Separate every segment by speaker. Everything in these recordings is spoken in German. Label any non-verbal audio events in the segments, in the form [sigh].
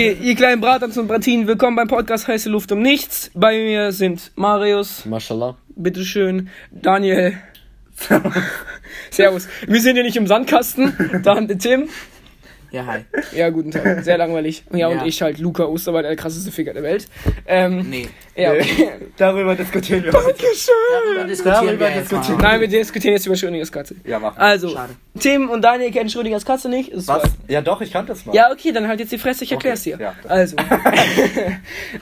Speaker 1: Ihr kleinen Bratans und Bratinen, willkommen beim Podcast Heiße Luft um Nichts. Bei mir sind Marius,
Speaker 2: Mashallah.
Speaker 1: bitteschön, Daniel. [laughs] Servus. Wir sind hier nicht im Sandkasten. Dann Tim.
Speaker 3: Ja, hi.
Speaker 1: Ja, guten Tag. Sehr langweilig. Ja, und
Speaker 3: Ja.
Speaker 1: ich halt, Luca Osterwald, der krasseste Ficker der Welt. Ähm,
Speaker 3: Nee.
Speaker 1: ja. [laughs]
Speaker 2: Darüber diskutieren wir heute.
Speaker 3: Darüber diskutieren
Speaker 2: Darüber
Speaker 3: wir jetzt
Speaker 2: diskutieren.
Speaker 3: mal.
Speaker 1: Nein, wir diskutieren jetzt über Schrödingers Katze.
Speaker 2: Ja, machen.
Speaker 1: Also,
Speaker 3: genau. Schade.
Speaker 1: Tim und Daniel kennen Schrödingers Katze nicht. Ist
Speaker 2: Was? Ja, doch, ich kannte es mal.
Speaker 1: Ja, okay, dann halt jetzt die Fresse, ich erklär's dir.
Speaker 2: ja. [laughs]
Speaker 1: Also,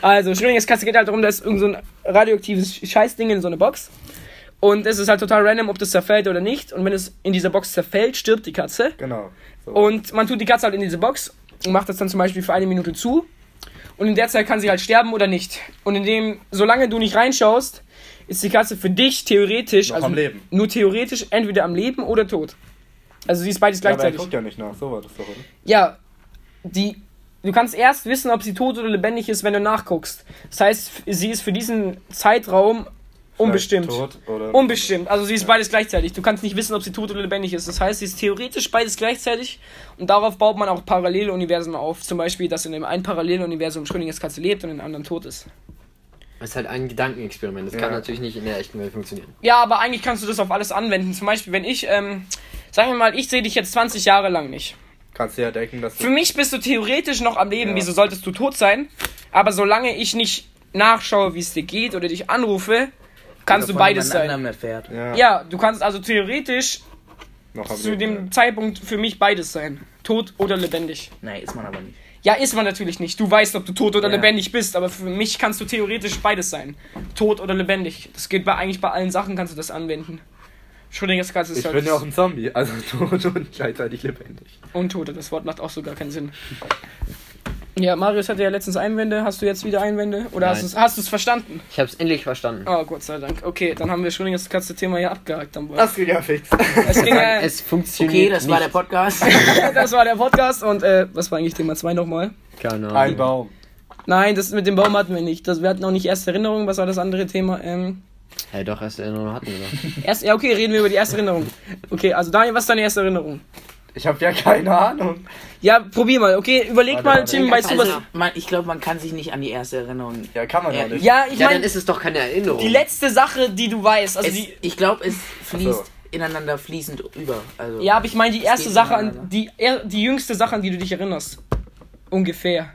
Speaker 1: also Schrödingers Katze geht halt darum, da ist irgend so ein radioaktives Scheißding in so eine Box. Und es ist halt total random, ob das zerfällt oder nicht. Und wenn es in dieser Box zerfällt, stirbt die Katze.
Speaker 2: Genau. So.
Speaker 1: Und man tut die Katze halt in diese Box und macht das dann zum Beispiel für eine Minute zu. Und in der Zeit kann sie halt sterben oder nicht. Und indem, solange du nicht reinschaust, ist die Katze für dich theoretisch,
Speaker 2: Noch
Speaker 1: also
Speaker 2: am Leben.
Speaker 1: nur theoretisch, entweder am Leben oder tot. Also sie ist beides
Speaker 2: ja, aber er
Speaker 1: gleichzeitig.
Speaker 2: guckt ja nicht nach. So war das doch. oder?
Speaker 1: Ja, die. Du kannst erst wissen, ob sie tot oder lebendig ist, wenn du nachguckst. Das heißt, f- sie ist für diesen Zeitraum unbestimmt.
Speaker 2: Vielleicht Tot oder
Speaker 1: Unbestimmt. Also sie ist beides gleichzeitig. Du kannst nicht wissen, ob sie tot oder lebendig ist. Das heißt, sie ist theoretisch beides gleichzeitig. Und darauf baut man auch parallele Universen auf. Zum Beispiel, dass in dem einen parallelen Universum Schrödingers Katze lebt und in dem anderen tot ist.
Speaker 4: Das ist halt ein Gedankenexperiment. Das
Speaker 2: Ja.
Speaker 4: kann natürlich nicht in der echten Welt funktionieren.
Speaker 1: Ja, aber eigentlich kannst du das auf alles anwenden. Zum Beispiel, wenn ich, ähm, sagen wir mal, ich sehe dich jetzt 20 Jahre lang nicht.
Speaker 2: Kannst du ja denken, dass
Speaker 1: Für
Speaker 2: du.
Speaker 1: mich bist du theoretisch noch am Leben,
Speaker 2: Ja.
Speaker 1: wieso solltest du tot sein? Aber solange ich nicht nachschaue, wie es dir geht oder dich anrufe, kannst du
Speaker 3: Davon
Speaker 1: beides
Speaker 3: jemand
Speaker 1: sein.
Speaker 3: anderem Erfährt.
Speaker 2: Ja,
Speaker 1: Ja, du kannst also theoretisch
Speaker 2: noch am
Speaker 1: zu
Speaker 2: Leben,
Speaker 1: dem Zeitpunkt für mich beides sein. Tot oder lebendig.
Speaker 3: Nein, ist man aber nicht.
Speaker 1: Ja, ist man natürlich nicht. Du weißt, ob du tot oder
Speaker 3: Ja.
Speaker 1: lebendig bist, aber für mich kannst du theoretisch beides sein. Tot oder lebendig. Das geht bei eigentlich bei allen Sachen, kannst du das anwenden. Schrödingers Katze
Speaker 2: ja.
Speaker 1: ist
Speaker 2: Ich
Speaker 1: halt
Speaker 2: bin ja auch ein Zombie, also [laughs] tot und gleichzeitig lebendig.
Speaker 1: Untote. Das Wort macht auch so gar keinen Sinn. Ja, Marius hatte ja letztens Einwände. Hast du jetzt wieder Einwände? Oder hast
Speaker 4: Nein.
Speaker 1: du es hast du's verstanden?
Speaker 4: Ich habe es endlich verstanden.
Speaker 1: Oh, Gott sei Dank. Okay, dann haben wir schon das ganze Thema hier abgehakt. Dann
Speaker 2: Das ging ja fix.
Speaker 1: es ging, äh,
Speaker 4: Es funktioniert
Speaker 3: Okay, das war der [laughs]
Speaker 4: nicht.
Speaker 3: Podcast.
Speaker 1: [laughs] das war der Podcast und äh, was war eigentlich Thema 2 nochmal?
Speaker 4: Keine Ahnung.
Speaker 2: Ein Baum.
Speaker 1: Nein, das mit dem Baum hatten wir nicht. Das, wir hatten auch nicht erste Erinnerung. Was war das andere Thema? Ähm,
Speaker 4: Hey, doch, erst Erinnerung hatten wir
Speaker 3: [laughs]
Speaker 4: doch.
Speaker 1: erst, ja, okay, reden wir über die erste Erinnerung. Okay, also Daniel, was ist deine erste Erinnerung?
Speaker 2: Ich hab ja keine Ahnung.
Speaker 1: Ja, probier mal. Okay, überleg
Speaker 2: Warte,
Speaker 1: mal,
Speaker 2: warte.
Speaker 1: Tim, weißt du was?
Speaker 3: Also, man, ich glaube, man kann sich nicht an die erste Erinnerung.
Speaker 2: Ja, kann man ja
Speaker 3: Ja,
Speaker 2: nicht.
Speaker 1: Ja, ich
Speaker 4: Ja, dann
Speaker 1: meine,
Speaker 4: ist es doch keine Erinnerung.
Speaker 1: die letzte Sache, die du weißt. Also
Speaker 3: Es,
Speaker 1: die,
Speaker 3: ich glaube, es fließt
Speaker 2: so.
Speaker 3: ineinander fließend über. Also,
Speaker 1: Ja, aber ich meine die erste
Speaker 3: geht
Speaker 1: Sache an
Speaker 3: ineinander.
Speaker 1: die er- die jüngste Sache, an die du dich erinnerst. Ungefähr.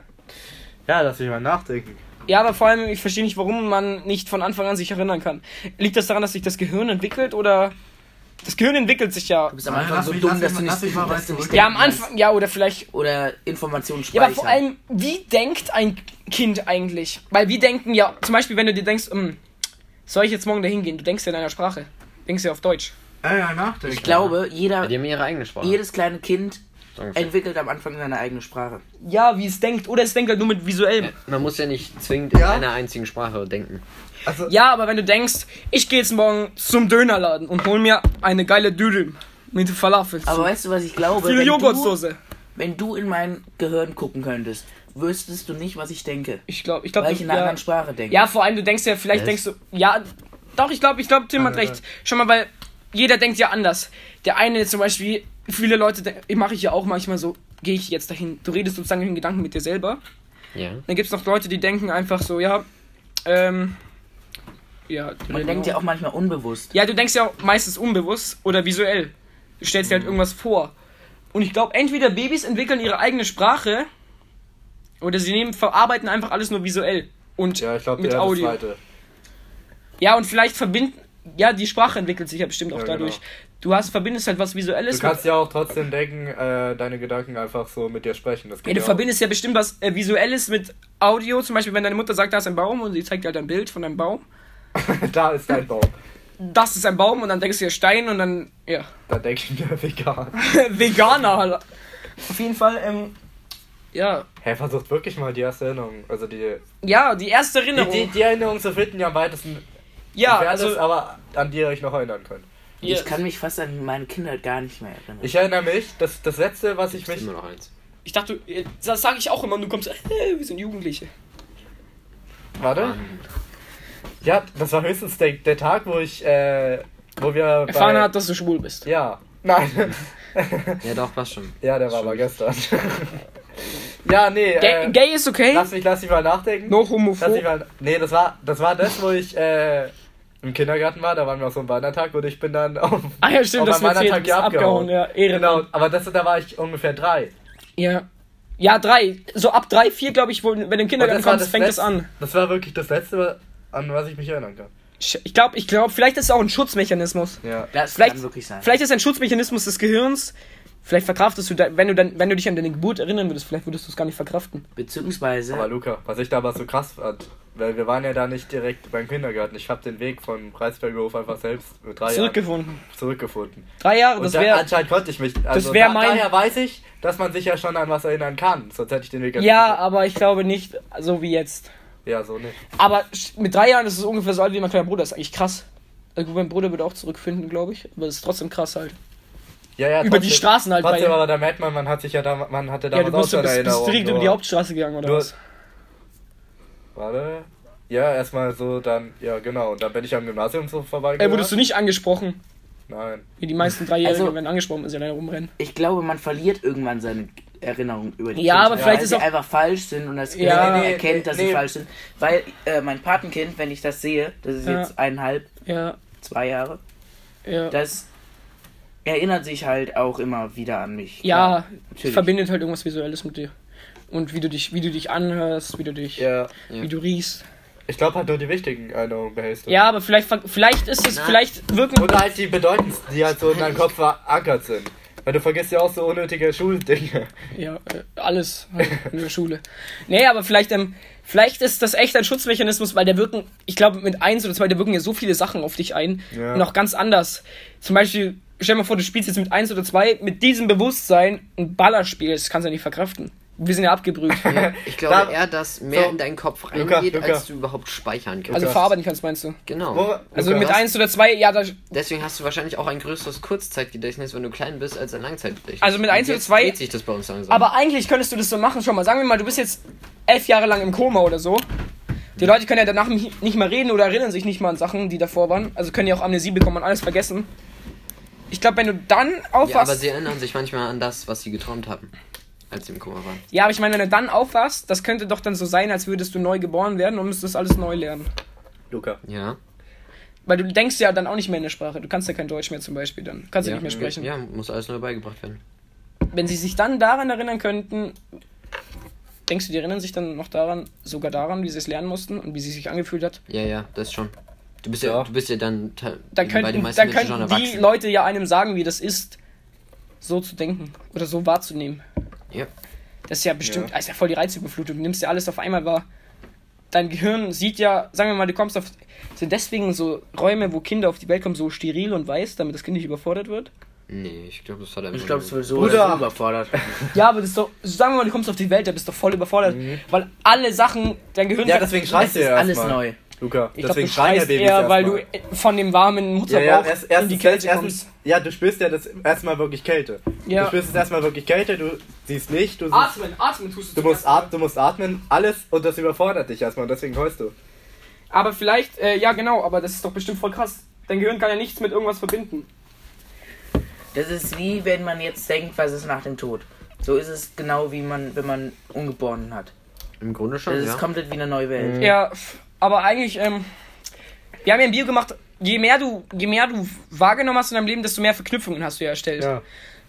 Speaker 2: Ja, lass mich mal nachdenken.
Speaker 1: Ja, aber vor allem ich verstehe nicht, warum man nicht von Anfang an sich erinnern kann. Liegt das daran, dass sich das Gehirn entwickelt oder das Gehirn entwickelt sich ja.
Speaker 3: Du bist am
Speaker 5: Ja,
Speaker 3: Anfang
Speaker 5: lass
Speaker 3: so
Speaker 5: mich-
Speaker 3: dumm,
Speaker 5: lass
Speaker 3: dass
Speaker 5: mich
Speaker 3: du
Speaker 5: mal- lass mich
Speaker 3: nicht,
Speaker 5: mal
Speaker 3: dass du
Speaker 5: was
Speaker 3: nicht
Speaker 1: Ja,
Speaker 3: denken
Speaker 1: am Anfang, ja, oder vielleicht
Speaker 3: kannst. Oder Informationen
Speaker 1: Ja,
Speaker 3: speichern.
Speaker 1: aber vor allem, wie denkt ein Kind eigentlich? Weil wir denken ja, zum Beispiel, wenn du dir denkst, hm, soll ich jetzt morgen dahin gehen? Du denkst ja in deiner Sprache. Denkst ja auf Deutsch.
Speaker 5: Ja, ja, nachdenken.
Speaker 3: Ich glaube,
Speaker 4: Ja,
Speaker 3: jeder,
Speaker 4: die haben ihre eigene Sprache.
Speaker 3: jedes kleine Kind
Speaker 4: So ungefähr.
Speaker 3: entwickelt am Anfang seine eigene Sprache.
Speaker 1: Ja, wie es denkt. Oder es denkt halt nur mit visuellem.
Speaker 4: Man muss ja nicht zwingend in
Speaker 2: Ja?
Speaker 4: einer einzigen Sprache denken.
Speaker 2: Also,
Speaker 1: Ja, aber wenn du denkst, ich gehe jetzt morgen zum Dönerladen und hol mir eine geile Dürüm mit Falafel.
Speaker 3: Aber
Speaker 1: zu.
Speaker 3: weißt du, was ich glaube?
Speaker 1: Viel
Speaker 3: Wenn du,
Speaker 1: Joghurtsoße.
Speaker 3: wenn du in mein Gehirn gucken könntest, wüsstest du nicht, was ich denke.
Speaker 1: Ich glaube, ich glaube,
Speaker 3: Weil ich in einer
Speaker 1: ja.
Speaker 3: anderen Sprache denke.
Speaker 1: ja, vor allem du denkst ja, vielleicht denkst
Speaker 4: Echt?
Speaker 1: du, ja, doch, ich glaube, ich glaube, Tim hat
Speaker 2: Ja, ja.
Speaker 1: recht. Schau mal, weil jeder denkt ja anders. Der eine zum Beispiel, viele Leute, de- mache ich ja auch manchmal so, gehe ich jetzt dahin. Du redest sozusagen in Gedanken mit dir selber.
Speaker 4: Ja.
Speaker 1: Dann gibt's noch Leute, die denken einfach so, ja, ähm, ja, die
Speaker 3: Man
Speaker 1: reden
Speaker 3: denkt
Speaker 1: auch-
Speaker 3: ja auch manchmal unbewusst.
Speaker 1: Ja, du denkst ja auch meistens unbewusst oder visuell. Du stellst dir halt irgendwas vor. Und ich glaube, entweder Babys entwickeln ihre eigene Sprache oder sie nehmen, verarbeiten einfach alles nur visuell. Und
Speaker 2: ja ich glaube,
Speaker 1: mit
Speaker 2: der
Speaker 1: Audio.
Speaker 2: zweite.
Speaker 1: Ja, und vielleicht verbinden. Ja, die Sprache entwickelt sich ja bestimmt auch
Speaker 2: Ja,
Speaker 1: dadurch.
Speaker 2: genau.
Speaker 1: Du hast, verbindest halt was Visuelles.
Speaker 2: Du
Speaker 1: mit-
Speaker 2: kannst ja auch trotzdem denken, äh, deine Gedanken einfach so mit dir sprechen. Das geht
Speaker 1: ja, du
Speaker 2: auch.
Speaker 1: verbindest ja bestimmt was äh, Visuelles mit Audio. Zum Beispiel, wenn deine Mutter sagt, da ist ein Baum und sie zeigt dir halt ein Bild von einem Baum.
Speaker 2: Da ist dein Baum.
Speaker 1: Das ist ein Baum und dann denkst du dir Stein und dann, ja. [laughs]
Speaker 2: Da denke ich mir vegan.
Speaker 1: Veganer. Alter. Auf jeden Fall, ähm, ja.
Speaker 2: Hey, versucht wirklich mal die erste Erinnerung, also die,
Speaker 1: Ja, die erste
Speaker 2: die,
Speaker 1: Erinnerung.
Speaker 2: die, die Erinnerung zu finden, die am weitesten
Speaker 1: Ja,
Speaker 2: entfernt
Speaker 1: also
Speaker 2: ist, aber an die ihr euch noch erinnern könnt.
Speaker 1: ja.
Speaker 3: Ich kann mich fast an meine Kindheit gar nicht mehr erinnern.
Speaker 2: Ich erinnere mich, das, das letzte, was ich
Speaker 4: Ich ist
Speaker 2: mich.
Speaker 4: immer noch eins.
Speaker 1: Ich dachte, du- das sage ich auch immer, und du kommst, [laughs] äh, wir sind Jugendliche.
Speaker 2: Warte? Ja, das war höchstens der, der Tag, wo ich. Äh, wo wir. bei-
Speaker 1: Erfahren hat, dass du schwul bist.
Speaker 2: Ja. Nein. [laughs]
Speaker 4: Ja, doch, passt schon.
Speaker 2: ja, der war aber gestern. [laughs] Ja, nee.
Speaker 1: Gay,
Speaker 2: Äh,
Speaker 1: gay ist okay.
Speaker 2: lass mich, lass mich mal nachdenken.
Speaker 1: No
Speaker 2: Lass mich
Speaker 1: homophob.
Speaker 2: mal, nee, das war, das war das, wo ich äh, im Kindergarten war. Da waren wir auf so einem Wandertag und ich bin dann auf.
Speaker 1: Ah ja, stimmt,
Speaker 2: auf
Speaker 1: das
Speaker 2: einem
Speaker 1: wird
Speaker 2: Wandertag
Speaker 1: abgehauen. abgehauen. Ja,
Speaker 2: Genau,
Speaker 1: Ehrenmann.
Speaker 2: aber das, da war ich ungefähr drei.
Speaker 1: Ja. ja, drei. So ab drei, vier, glaube ich, wo, wenn du im
Speaker 2: Und
Speaker 1: Kindergarten
Speaker 2: war
Speaker 1: kommst, fängt es
Speaker 2: letzte-
Speaker 1: an.
Speaker 2: Das war wirklich das letzte, an was ich mich erinnern kann.
Speaker 1: Sch- Ich glaube, ich glaub, vielleicht ist es auch ein Schutzmechanismus.
Speaker 2: Ja.
Speaker 3: Das
Speaker 1: Vielleicht-
Speaker 3: kann wirklich sein.
Speaker 1: Vielleicht ist es ein Schutzmechanismus des Gehirns. Vielleicht verkraftest du, da, wenn, du dann, wenn du dich an deine Geburt erinnern würdest, vielleicht würdest du es gar nicht verkraften.
Speaker 3: Beziehungsweise.
Speaker 2: Aber Luca, was ich damals so krass fand, weil wir waren ja da nicht direkt beim Kindergarten. Ich habe den Weg von Preisberger Hof einfach selbst mit drei Jahren
Speaker 1: Zurückgefunden.
Speaker 2: zurückgefunden.
Speaker 1: Drei Jahre,
Speaker 2: Und
Speaker 1: das
Speaker 2: da-
Speaker 1: wäre.
Speaker 2: anscheinend konnte ich mich. Also
Speaker 1: wär
Speaker 2: da,
Speaker 1: mein-
Speaker 2: Daher weiß ich, dass man sich ja schon an was erinnern kann. Sonst hätte ich den Weg nicht
Speaker 1: Ja,
Speaker 2: gefunden.
Speaker 1: aber ich glaube nicht so wie jetzt.
Speaker 2: Ja, so ne. nicht.
Speaker 1: Aber sch- mit drei Jahren ist es ungefähr so alt wie mein kleiner Bruder. Das ist eigentlich krass. Also gut, mein Bruder würde auch zurückfinden, glaube ich. Aber es ist trotzdem krass halt.
Speaker 2: Ja, ja,
Speaker 1: Über die Straßen halt
Speaker 2: Trotzdem,
Speaker 1: bei-
Speaker 2: aber da merkt man, man hat sich ja da, man hatte
Speaker 1: Ja,
Speaker 2: damals
Speaker 1: du bist,
Speaker 2: auch schon
Speaker 1: bist, bist
Speaker 2: Erinnerungen.
Speaker 1: direkt über
Speaker 2: nur-
Speaker 1: die Hauptstraße gegangen, oder
Speaker 2: nur-
Speaker 1: was?
Speaker 2: Warte. Ja, erstmal so, dann, ja genau. Und dann bin ich am Gymnasium so
Speaker 1: Ey,
Speaker 2: vorbeigegangen.
Speaker 1: wurdest du nicht angesprochen?
Speaker 2: Nein.
Speaker 1: Wie die meisten Dreijährigen
Speaker 3: Also-
Speaker 1: werden angesprochen, wenn sie alleine rumrennen.
Speaker 3: Ich glaube, man verliert irgendwann seine Erinnerung über die
Speaker 1: Ja,
Speaker 3: Kindheit,
Speaker 1: aber vielleicht
Speaker 3: weil
Speaker 1: ist
Speaker 3: sie
Speaker 1: auch-
Speaker 3: einfach falsch sind und das Kind
Speaker 1: Ja. Nee, nee,
Speaker 3: erkennt, dass
Speaker 2: nee.
Speaker 3: sie falsch sind. Weil äh, mein Patenkind, wenn ich das sehe, das ist
Speaker 1: Ja.
Speaker 3: jetzt eineinhalb,
Speaker 1: Ja,
Speaker 3: zwei Jahre,
Speaker 1: ja.
Speaker 3: das erinnert sich halt auch immer wieder an mich.
Speaker 1: ja,
Speaker 3: natürlich.
Speaker 1: verbindet halt irgendwas Visuelles mit dir. Und wie du dich, wie du dich anhörst, wie du dich,
Speaker 2: Ja.
Speaker 1: wie du riechst.
Speaker 2: Ich glaube halt nur die wichtigen Erinnerungen behältst du.
Speaker 1: Ja, aber vielleicht, ver- vielleicht ist es,
Speaker 4: Na.
Speaker 1: vielleicht wirken.
Speaker 2: Oder halt die bedeutendsten, die halt so in deinem Kopf verankert sind. Weil du vergisst ja auch so unnötige Schuldinge.
Speaker 1: Ja, äh, alles halt in der Schule. Nee, aber vielleicht, ähm, vielleicht ist das echt ein Schutzmechanismus, weil der wirken, ich glaube, mit eins oder zwei, der wirken ja so viele Sachen auf dich ein.
Speaker 2: Ja.
Speaker 1: Und auch ganz anders. Zum Beispiel, stell dir mal vor, du spielst jetzt mit eins oder zwei mit diesem Bewusstsein ein Ballerspiel. Das kannst du ja nicht verkraften. Wir sind ja
Speaker 2: [laughs]
Speaker 1: abgebrüht. Also
Speaker 4: Ja, ich glaube
Speaker 2: Da-
Speaker 4: eher, dass mehr
Speaker 2: so.
Speaker 4: in deinen Kopf reingeht,
Speaker 2: Luca, Luca.
Speaker 4: als du überhaupt speichern kannst.
Speaker 1: Also
Speaker 2: Lukas.
Speaker 1: verarbeiten kannst, meinst du?
Speaker 4: genau.
Speaker 2: Wo-
Speaker 1: Also
Speaker 2: Luca,
Speaker 1: mit
Speaker 2: was?
Speaker 1: eins oder zwei, ja, da,
Speaker 4: Deswegen hast du wahrscheinlich auch ein größeres Kurzzeitgedächtnis, wenn du klein bist, als ein Langzeitgedächtnis.
Speaker 1: Also mit
Speaker 4: Und
Speaker 1: 1 oder
Speaker 4: jetzt
Speaker 1: 2
Speaker 4: dreht sich das bei uns langsam.
Speaker 1: aber eigentlich könntest du das so machen. Schau mal, sagen wir mal, du bist jetzt elf Jahre lang im Koma oder so. Die Leute können ja danach nicht nicht mehr reden oder erinnern sich nicht mal an Sachen, die davor waren. Also können ja auch Amnesie bekommen und alles vergessen. Ich glaube, wenn du dann
Speaker 4: ja, aber
Speaker 1: aufwachst.
Speaker 4: sie erinnern sich manchmal an das, was sie geträumt haben, als sie im Koma waren.
Speaker 1: Ja, aber ich meine, wenn du dann aufwachst, das könnte doch dann so sein, als würdest du neu geboren werden und müsstest alles neu lernen.
Speaker 2: Luca.
Speaker 4: Ja.
Speaker 1: Weil du denkst ja dann auch nicht mehr in der Sprache. Du kannst ja kein Deutsch mehr zum Beispiel dann. Du kannst ja,
Speaker 4: ja,
Speaker 1: nicht mehr sprechen.
Speaker 4: Ja, muss alles neu beigebracht werden.
Speaker 1: Wenn sie sich dann daran erinnern könnten, denkst du, die erinnern sich dann noch daran, sogar daran, wie sie es lernen mussten und wie sie sich angefühlt hat?
Speaker 4: Ja, ja, das schon. Du bist ja,
Speaker 2: Ja.
Speaker 4: du bist ja dann, te-
Speaker 1: Dann
Speaker 4: bei den
Speaker 1: könnten,
Speaker 4: meisten
Speaker 1: dann
Speaker 4: Menschen schon
Speaker 1: könnten die
Speaker 4: erwachsen.
Speaker 1: Leute ja einem sagen, wie das ist, so zu denken oder so wahrzunehmen.
Speaker 4: ja.
Speaker 1: Das ist ja bestimmt,
Speaker 2: Ja.
Speaker 1: das ist ja voll die Reizüberflutung. Du nimmst ja alles auf einmal wahr. Dein Gehirn sieht ja, sagen wir mal, du kommst auf. Sind deswegen so Räume, wo Kinder auf die Welt kommen, so steril und weiß, damit das Kind nicht überfordert wird?
Speaker 4: Nee, ich glaube, das hat er
Speaker 3: Ich glaube, es wird so
Speaker 2: Bruder.
Speaker 3: oder so überfordert.
Speaker 1: Ja, aber das ist doch, sagen wir mal, du kommst auf die Welt, da bist du voll überfordert, weil alle Sachen, dein Gehirn.
Speaker 2: Mhm. Ja, deswegen schreist du
Speaker 3: ist
Speaker 2: ja
Speaker 3: alles
Speaker 2: erstmal.
Speaker 3: neu.
Speaker 2: Luca,
Speaker 1: ich glaub,
Speaker 2: deswegen
Speaker 1: du
Speaker 2: schreien ja
Speaker 1: schreist
Speaker 2: Babys
Speaker 1: eher, weil
Speaker 2: erstmal.
Speaker 1: du von dem warmen
Speaker 2: Ja,
Speaker 1: Mutterbauch
Speaker 2: ja, erst,
Speaker 1: in
Speaker 2: erstens,
Speaker 1: die Kälte kommst.
Speaker 2: erstens, ja, du spürst ja das erstmal wirklich Kälte.
Speaker 1: Ja.
Speaker 2: Du spürst es erstmal wirklich Kälte, du siehst nicht, du siehst,
Speaker 1: Atmen, atmen tust
Speaker 2: Du
Speaker 1: zum
Speaker 2: musst, atmen, du musst atmen, alles und das überfordert dich erstmal und deswegen heulst du.
Speaker 1: Aber vielleicht, äh, ja genau, aber das ist doch bestimmt voll krass. Dein Gehirn kann ja nichts mit irgendwas verbinden.
Speaker 3: Das ist wie wenn man jetzt denkt, was ist nach dem Tod. So ist es genau wie man, wenn man ungeborenen hat.
Speaker 4: Im Grunde schon,
Speaker 3: Das ist
Speaker 4: ja.
Speaker 3: komplett wie eine neue Welt.
Speaker 1: Ja, pf, aber eigentlich, ähm, wir haben ja ein Bio gemacht, je mehr du, je mehr du wahrgenommen hast in deinem Leben, desto mehr Verknüpfungen hast du ja erstellt.
Speaker 2: Ja.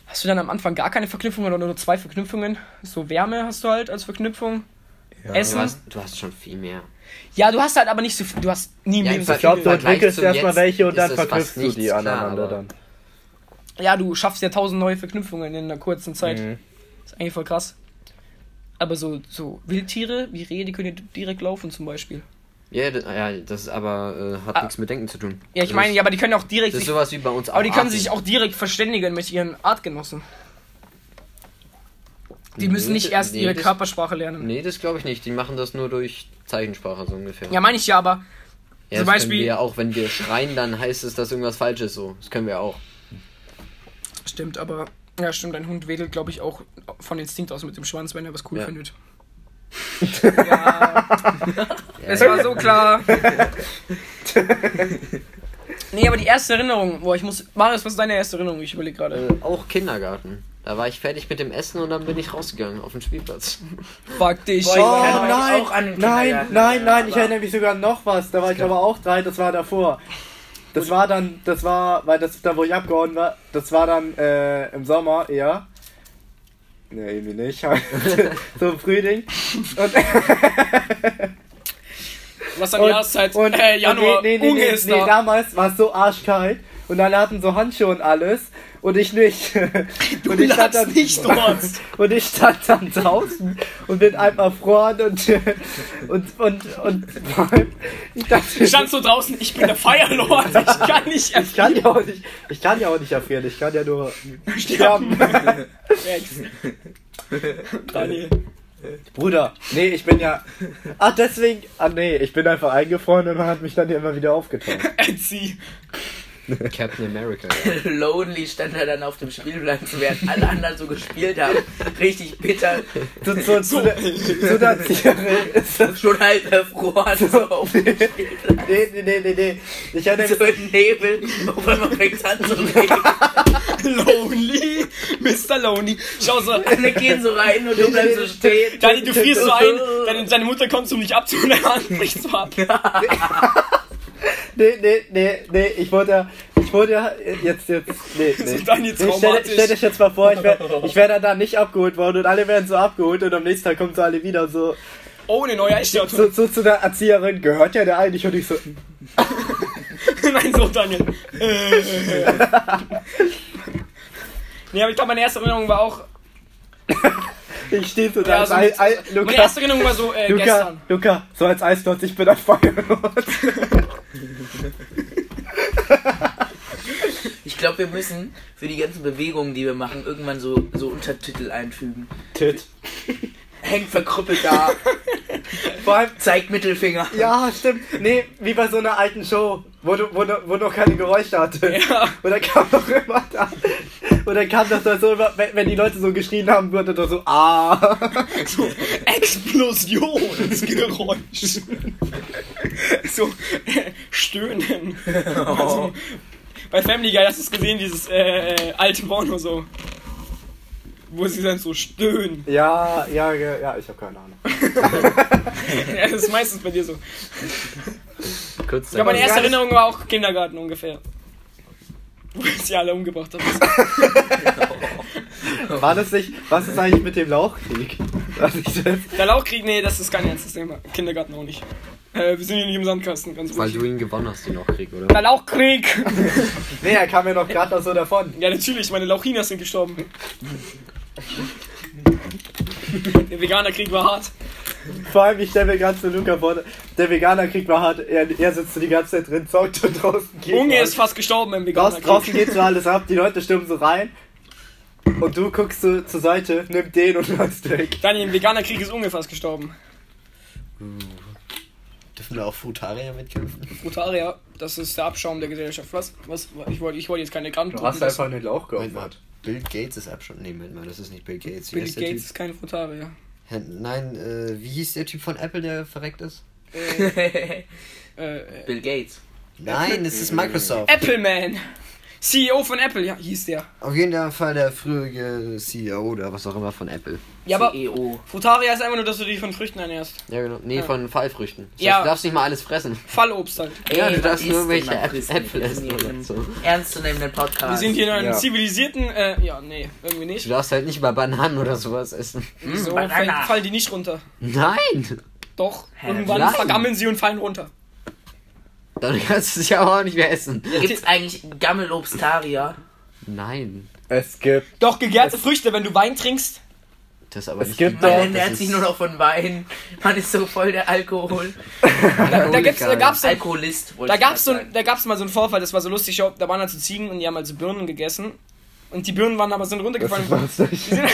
Speaker 1: Hast du dann am Anfang gar keine Verknüpfungen oder nur zwei Verknüpfungen? So Wärme hast du halt als Verknüpfung.
Speaker 4: Du
Speaker 1: Essen.
Speaker 4: hast, du hast schon viel mehr.
Speaker 1: Ja, du hast halt aber nicht so viel. Du hast nie im
Speaker 4: Ja,
Speaker 1: Leben
Speaker 4: ich
Speaker 1: so
Speaker 4: ver-
Speaker 1: viel.
Speaker 4: ich glaub, Vergleich zum Jetzt ist es fast nichts, klar, aber-
Speaker 1: ja, du schaffst ja tausend neue Verknüpfungen in einer kurzen Zeit. Ist eigentlich voll krass. Aber so, so Wildtiere wie Rehe, die können ja direkt laufen zum Beispiel.
Speaker 4: Ja, das, ja, das ist aber äh, hat nichts mit Denken zu tun.
Speaker 1: Ah. Ja, ich
Speaker 4: Das
Speaker 1: meine,
Speaker 4: ist-
Speaker 1: ja, aber die können auch direkt.
Speaker 4: Das ist
Speaker 1: Sich,
Speaker 4: sowas Ah, wie bei uns auch.
Speaker 1: aber die können sich
Speaker 4: Arten.
Speaker 1: auch direkt verständigen mit ihren Artgenossen. Die müssen
Speaker 4: Nee,
Speaker 1: nicht
Speaker 4: das-
Speaker 1: erst
Speaker 4: nee,
Speaker 1: ihre
Speaker 4: das-
Speaker 1: Körpersprache lernen.
Speaker 4: Nee, das glaube ich nicht. Die machen das nur durch Zeichensprache so ungefähr.
Speaker 1: Ja, meine ich ja, aber
Speaker 4: Ja,
Speaker 1: zum
Speaker 4: das
Speaker 1: Beispiel-
Speaker 4: Können wir ja auch, wenn wir schreien, dann heißt es, dass irgendwas falsch ist. So, das können wir auch.
Speaker 1: Stimmt, aber. Ja, stimmt, ein Hund wedelt, glaube ich, auch von Instinkt aus mit dem Schwanz, wenn er was cool
Speaker 4: Ja. [laughs]
Speaker 1: findet. ja. Es war so klar. nee, aber die erste Erinnerung. Boah, ich muss. Marius, was ist deine erste Erinnerung? Ich überlege gerade.
Speaker 4: Auch äh, Kindergarten. Da Da war ich fertig mit dem Essen und dann bin ich rausgegangen auf den
Speaker 5: [laughs]
Speaker 4: Spielplatz.
Speaker 1: Fuck dich.
Speaker 3: Boah, ich
Speaker 2: Oh
Speaker 3: kann mich
Speaker 2: nein,
Speaker 3: auch an den
Speaker 2: nein,
Speaker 3: Kindergarten
Speaker 2: nein, nein, ich
Speaker 3: aber-
Speaker 2: erinnere mich sogar an noch was. Da war ich aber auch drei, das war davor. Das war dann, das war, weil das da, wo ich abgehauen war, das war dann äh, im Sommer eher. Ne, irgendwie nicht. [laughs] so im Frühling. Und,
Speaker 1: Was an Jahreszeit? äh, Januar.
Speaker 2: Nee, nee, nee,
Speaker 1: Unge
Speaker 2: nee,
Speaker 1: ist
Speaker 2: nee,
Speaker 1: da.
Speaker 2: damals war es so arschkalt und alle hatten so Handschuhe und alles und ich nicht. [laughs] und ich stand
Speaker 1: lagst
Speaker 2: dann,
Speaker 1: nicht dort.
Speaker 2: Und ich stand dann draußen und bin einfach froren und [laughs] und und und [laughs] vor allem, ich dachte,
Speaker 1: Ich stand so draußen, ich bin der Firelord, ich kann nicht
Speaker 2: ich kann ja auch nicht, ich kann ja auch nicht erfrieren, ich kann ja nur sterben.
Speaker 1: erfressen. Daniel.
Speaker 2: Bruder, nee, ich bin ja Ach, deswegen, ah nee, ich bin einfach eingefroren und man hat mich dann hier immer wieder
Speaker 1: [laughs]
Speaker 2: aufgetaucht.
Speaker 1: Etsy.
Speaker 4: Captain America.
Speaker 1: Mhm.
Speaker 3: [laughs] Lonely stand er dann auf dem Spielplatz, während alle anderen so gespielt haben. Richtig bitter.
Speaker 2: Zu, zu, zu, der- zu der Tiere [laughs] ist das
Speaker 3: Schon halb erfroren so auf dem Spielplatz.
Speaker 2: Nee, nee, nee, nee, nee. Ich erinnere mich
Speaker 3: So im Nebel. Auf einmal fängt an zu regnen.
Speaker 1: Lonely. Mr. Lonely. Schau so.
Speaker 3: Alle gehen so rein und du bleibst so stehen.
Speaker 1: Daniel, du frierst so ein, deine, deine Mutter kommt, um dich abzuholen, deine Hand bricht so ab.
Speaker 2: Nee, nee, nee, nee, ich wurde ja, ich wurde ja, äh, jetzt, jetzt,
Speaker 1: [laughs]
Speaker 2: nee, nee.
Speaker 1: ist dann jetzt
Speaker 2: nee stell,
Speaker 1: traumatisch.
Speaker 2: stell dich jetzt mal vor,
Speaker 1: [laughs]
Speaker 2: ich wäre ich wär dann da nicht abgeholt worden und alle werden so abgeholt und am nächsten Tag kommen so alle wieder und so,
Speaker 1: Ohne Oh, neue Einstellung.
Speaker 2: so, so zu der Erzieherin, gehört ja der eigentlich und ich so,
Speaker 1: Nein, so, Daniel. Äh. nee, aber ich glaube, meine erste Erinnerung war auch.
Speaker 2: ich stehe so da,
Speaker 1: Ja,
Speaker 2: als
Speaker 1: so
Speaker 2: Ei-
Speaker 1: mit-
Speaker 2: Ei-
Speaker 1: Meine
Speaker 2: Luca,
Speaker 1: erste Erinnerung war so äh,
Speaker 2: Luca,
Speaker 1: gestern.
Speaker 2: Luca, so als Eisdotz, ich bin ein Feuerlord.
Speaker 3: Ich glaube, wir müssen für die ganzen Bewegungen, die wir machen, irgendwann so, so Untertitel einfügen.
Speaker 2: Tit.
Speaker 3: Hängt verkrüppelt
Speaker 1: [laughs]
Speaker 3: da,
Speaker 2: Vor allem,
Speaker 3: zeigt Mittelfinger.
Speaker 2: ja, stimmt, nee, wie bei so einer alten Show, wo, du, wo, du, wo noch keine Geräusche hatte.
Speaker 1: Ja.
Speaker 2: Und dann kam doch immer da. Und dann kam das dann so immer, wenn, wenn die Leute so geschrien haben, wurde doch so, ah.
Speaker 1: So, Explosionsgeräusch. so, äh, stöhnen.
Speaker 3: [laughs] Oh.
Speaker 1: Also, bei Family Guy hast du es gesehen, dieses äh, äh, alte Porno so. Wo sie dann so
Speaker 2: [laughs]
Speaker 1: stöhnen.
Speaker 2: Ja, ja, ja, ja, ich habe keine Ahnung.
Speaker 1: Ja, das ist meistens bei dir so. Ich
Speaker 4: Kurz
Speaker 1: glaube, meine
Speaker 4: danach-
Speaker 1: erste Erinnerung war auch Kindergarten ungefähr. Wo ich sie alle umgebracht habe.
Speaker 2: War das nicht, was ist eigentlich mit dem Lauchkrieg? Was ist das?
Speaker 1: Der Lauchkrieg, nee, das ist kein ernstes Thema. Kindergarten auch nicht. Äh, wir sind hier nicht im Sandkasten, ganz
Speaker 4: Weil
Speaker 1: ruhig.
Speaker 4: du ihn gewonnen hast, den auch Krieg, oder?
Speaker 1: Der Lauchkrieg!
Speaker 2: Nee, er kam ja noch gerade noch so davon.
Speaker 1: Ja, natürlich, meine Lauchinas sind gestorben. Der Veganerkrieg war hart.
Speaker 2: Vor allem, ich stelle mir gerade zu Luca vor, der Veganerkrieg war hart, er, er sitzt so die ganze Zeit drin, zockt und draußen geht.
Speaker 1: Unge
Speaker 2: alles.
Speaker 1: ist fast gestorben im
Speaker 2: Draußen, draußen
Speaker 1: Veganerkrieg.
Speaker 2: geht so alles ab, die Leute stürmen so rein. Und du guckst so zur Seite, nimm den und läufst weg.
Speaker 1: Daniel, im Veganerkrieg ist Unge fast gestorben.
Speaker 5: Dürfen wir auch Frutarier mitkämpfen?
Speaker 1: Frutaria, das ist der Abschaum der Gesellschaft. Was? Was? Ich wollte ich wollte jetzt keine Gramm
Speaker 2: Du hast einfach einen Lauch
Speaker 5: Moment mal.
Speaker 2: geopfert.
Speaker 5: Bill Gates ist Abstand. Nee, Moment mal, das ist nicht Bill Gates. Wie
Speaker 1: Bill
Speaker 5: heißt der
Speaker 1: Gates ist kein Frutaria.
Speaker 5: Typ? Herr- Nein, äh, wie hieß der Typ von Apple, der verreckt ist?
Speaker 1: Äh, äh,
Speaker 3: Bill Gates.
Speaker 5: Nein, es ist Microsoft.
Speaker 1: Appleman! CEO E von Apple, ja, hieß der.
Speaker 5: Auf jeden Fall der frühere CEO oder was auch immer von Apple.
Speaker 1: Ja, aber
Speaker 2: E
Speaker 3: CEO.
Speaker 1: Frutaria ist einfach nur, dass du dich von Früchten ernährst.
Speaker 4: Ja, genau. Nee, von Pfeilfrüchten. Das
Speaker 1: Ja.
Speaker 4: heißt, Du darfst nicht mal alles fressen.
Speaker 1: Fallobst halt.
Speaker 3: Ey,
Speaker 4: ja, du
Speaker 3: was
Speaker 4: darfst
Speaker 3: ist
Speaker 4: nur
Speaker 3: denn
Speaker 4: welche
Speaker 3: mal
Speaker 4: Äpfel,
Speaker 3: Christen?
Speaker 4: Äpfel essen
Speaker 3: Wir sind
Speaker 4: oder
Speaker 3: hier
Speaker 4: so.
Speaker 3: im Ernstzunehmenden Podcast.
Speaker 1: Wir sind hier in einem
Speaker 2: Ja. Hm,
Speaker 1: zivilisierten, äh, ja, nee, irgendwie
Speaker 4: Du
Speaker 1: nicht.
Speaker 4: darfst halt nicht mal Bananen oder sowas essen.
Speaker 1: So
Speaker 3: Banana.
Speaker 1: fall- fallen die nicht runter.
Speaker 4: Nein!
Speaker 1: Doch,
Speaker 3: Hä,
Speaker 1: irgendwann
Speaker 4: nein.
Speaker 1: vergammeln sie und fallen runter.
Speaker 4: Dann kannst du es ja aber auch nicht mehr essen.
Speaker 3: Gibt's eigentlich Gammelobstaria?
Speaker 4: Nein.
Speaker 2: Es gibt
Speaker 1: Doch, gegärte Früchte, wenn du Wein trinkst.
Speaker 4: Das ist aber
Speaker 2: Es
Speaker 4: nicht
Speaker 2: gibt
Speaker 3: Man
Speaker 2: Doch,
Speaker 3: ernährt sich nur noch von Wein. Man ist so voll der Alkohol.
Speaker 1: Da, da, gibt's, da gab's so,
Speaker 3: Alkoholist. wollte
Speaker 1: da
Speaker 3: ich
Speaker 1: gab's so,
Speaker 3: mal sagen.
Speaker 1: da gab's mal so einen Vorfall, das war so lustig, da waren halt so Ziegen und die haben halt so Birnen gegessen. Und die Birnen waren aber sind runtergefallen. Die
Speaker 2: lustig.
Speaker 1: sind,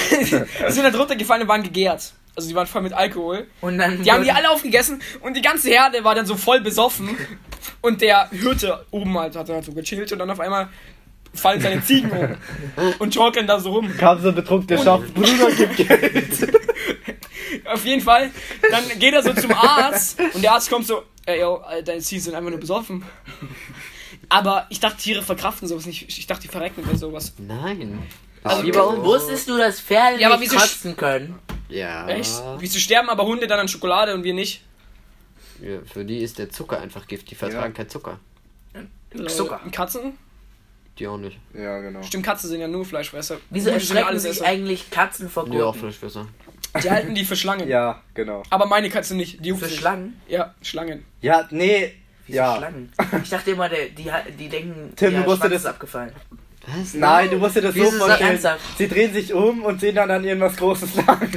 Speaker 1: [laughs] die sind halt runtergefallen und waren gegärt. Also die waren voll mit Alkohol.
Speaker 3: Und dann
Speaker 1: Die haben die alle aufgegessen und die ganze Herde war dann so voll besoffen. Und der Hirte oben halt hat dann halt so gechillt und dann auf einmal fallen seine Ziegen um und torkeln da so rum.
Speaker 2: Kam so betrunkene Schaft, Bruder gibt Geld.
Speaker 1: Auf jeden Fall, dann geht er so zum Arzt und der Arzt kommt so, ey, yo, Alter, deine Ziegen sind einfach nur besoffen. Aber ich dachte, Tiere verkraften sowas nicht. Ich dachte, die verrecken oder sowas.
Speaker 4: Nein. Ist wie bei uns.
Speaker 3: Oh, Wusstest du, dass Pferde
Speaker 1: Ja, aber
Speaker 3: nicht
Speaker 1: wieso sch-
Speaker 3: kotzen können?
Speaker 4: Ja.
Speaker 1: Echt? Wieso sterben aber Hunde dann an Schokolade und wir nicht?
Speaker 4: Ja, Für die ist der Zucker einfach Gift. Die vertragen kein Zucker.
Speaker 1: Lol.
Speaker 3: Zucker.
Speaker 1: Und Äh, Katzen?
Speaker 4: Die auch nicht.
Speaker 2: Ja, genau.
Speaker 1: Stimmt, Katzen sind ja nur Fleischfresser.
Speaker 3: Wieso
Speaker 1: Hunde sind ja
Speaker 3: erschrecken sich
Speaker 1: Allesesser.
Speaker 3: eigentlich Katzen vor
Speaker 4: Die auch
Speaker 3: Gurken?
Speaker 4: Fleischfresser.
Speaker 1: Die halten die für Schlangen.
Speaker 2: Ja, genau.
Speaker 1: Aber meine Katze nicht. Die juckt
Speaker 3: Für
Speaker 1: nicht.
Speaker 3: Schlangen?
Speaker 1: Ja, Schlangen.
Speaker 2: Ja, nee.
Speaker 3: Wieso
Speaker 2: ja.
Speaker 3: Schlangen? Ich dachte immer, der, die, ha- die denken,
Speaker 2: Tim,
Speaker 3: der
Speaker 2: du musst dir
Speaker 3: Schwanz ist
Speaker 2: das-
Speaker 3: abgefallen.
Speaker 4: Was?
Speaker 2: Nein, du musst dir das
Speaker 3: Wieso
Speaker 2: so
Speaker 3: ist das
Speaker 2: vorstellen.
Speaker 3: ernsthaft?
Speaker 2: Sie drehen sich um und sehen dann an irgendwas
Speaker 1: [laughs]
Speaker 2: Großes lang.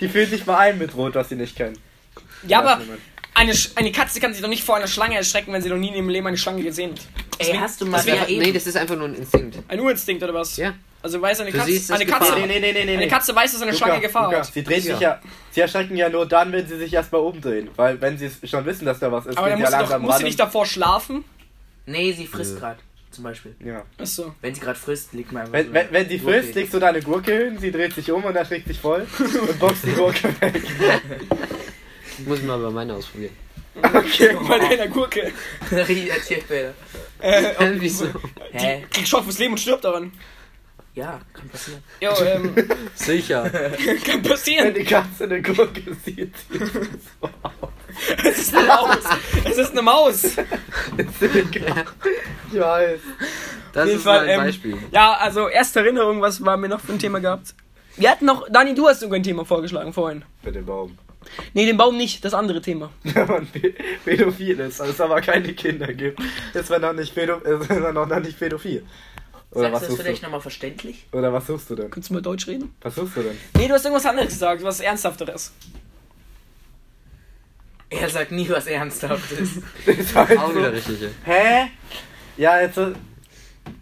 Speaker 2: die fühlen sich mal ein mit Rot, was sie nicht kennen.
Speaker 1: Ja,
Speaker 2: Ja,
Speaker 1: aber
Speaker 2: Moment.
Speaker 1: eine, Sch eine Katze kann sich doch nicht vor einer Schlange erschrecken, wenn sie noch nie in ihrem Leben eine Schlange gesehen hat.
Speaker 3: Ey, hast du mal
Speaker 4: Das wär,
Speaker 1: eh-
Speaker 3: ja,
Speaker 4: nee,
Speaker 3: eben.
Speaker 4: das ist einfach nur ein Instinkt.
Speaker 1: Ein Urinstinkt oder was?
Speaker 4: Ja.
Speaker 1: Also weiß eine
Speaker 4: Für
Speaker 1: Katze.
Speaker 4: sie ist das
Speaker 1: eine
Speaker 4: Gefahr.
Speaker 1: Katze,
Speaker 4: Nee,
Speaker 2: Nee, nee, nee, nee.
Speaker 1: Ah. eine Katze weiß, dass eine Schlange Gefahr
Speaker 2: Luca,
Speaker 1: hat.
Speaker 2: Sie drehen sich ja. Sie erschrecken ja nur dann, wenn sie sich erstmal umdrehen. Weil, wenn sie es schon wissen, dass da was ist,
Speaker 1: Aber dann
Speaker 2: gehen
Speaker 1: muss
Speaker 2: sie
Speaker 1: sie,
Speaker 2: ja
Speaker 1: doch,
Speaker 2: langsam
Speaker 1: muss sie
Speaker 2: ran
Speaker 1: nicht
Speaker 2: und-
Speaker 1: davor schlafen.
Speaker 3: nee, sie frisst gerade. Zum Beispiel.
Speaker 2: ja.
Speaker 1: [laughs] Achso.
Speaker 3: Wenn sie gerade frisst, liegt mir einfach
Speaker 2: wenn,
Speaker 3: so
Speaker 2: wenn, wenn sie
Speaker 3: Gurke.
Speaker 2: frisst, legst du deine Gurke hin, sie dreht sich um und erschrickt sich
Speaker 1: [laughs]
Speaker 2: voll und boxt die Gurke weg.
Speaker 4: Muss ich mal bei meiner ausprobieren.
Speaker 1: Okay. Bei einer Gurke.
Speaker 3: [laughs] Richtiger Tierquäler.
Speaker 1: Äh.
Speaker 4: Hä, [laughs] Wieso?
Speaker 3: Hä?
Speaker 1: Kriegt Schock fürs Leben und stirbt daran.
Speaker 3: Ja, kann passieren.
Speaker 1: Jo, ähm,
Speaker 4: Sicher.
Speaker 1: [laughs] kann
Speaker 2: Wenn
Speaker 1: passieren.
Speaker 2: die Katze eine Gurke sieht,
Speaker 1: Es ist eine Maus. Es ist eine Maus.
Speaker 2: ich weiß.
Speaker 4: Das
Speaker 1: jeden
Speaker 4: ist
Speaker 1: Fall,
Speaker 4: mal ein
Speaker 1: ähm,
Speaker 4: Beispiel.
Speaker 1: Ja, also erste Erinnerung, was war mir noch für ein Thema gehabt? Wir hatten noch, Dani, du hast sogar ein Thema vorgeschlagen vorhin.
Speaker 2: Mit dem Baum.
Speaker 1: Nee, den Baum nicht, das andere Thema.
Speaker 2: [laughs] Wenn man pä- pädophil ist, als es aber keine Kinder gibt, ist man noch nicht, pädo ist man noch nicht pädophil. Oder
Speaker 3: Sagst
Speaker 2: was
Speaker 3: du das
Speaker 2: suchst
Speaker 3: vielleicht
Speaker 2: du?
Speaker 3: nochmal verständlich?
Speaker 2: Oder was suchst du denn?
Speaker 1: Kannst du mal Deutsch reden?
Speaker 2: Was suchst du denn?
Speaker 1: Nee, du hast irgendwas anderes gesagt, was Ernsthafteres.
Speaker 3: Er sagt nie was Ernsthaftes. [laughs]
Speaker 2: Das war jetzt
Speaker 4: Auch
Speaker 2: so-
Speaker 4: wieder richtig. ey.
Speaker 2: Hä? Ja, jetzt. so-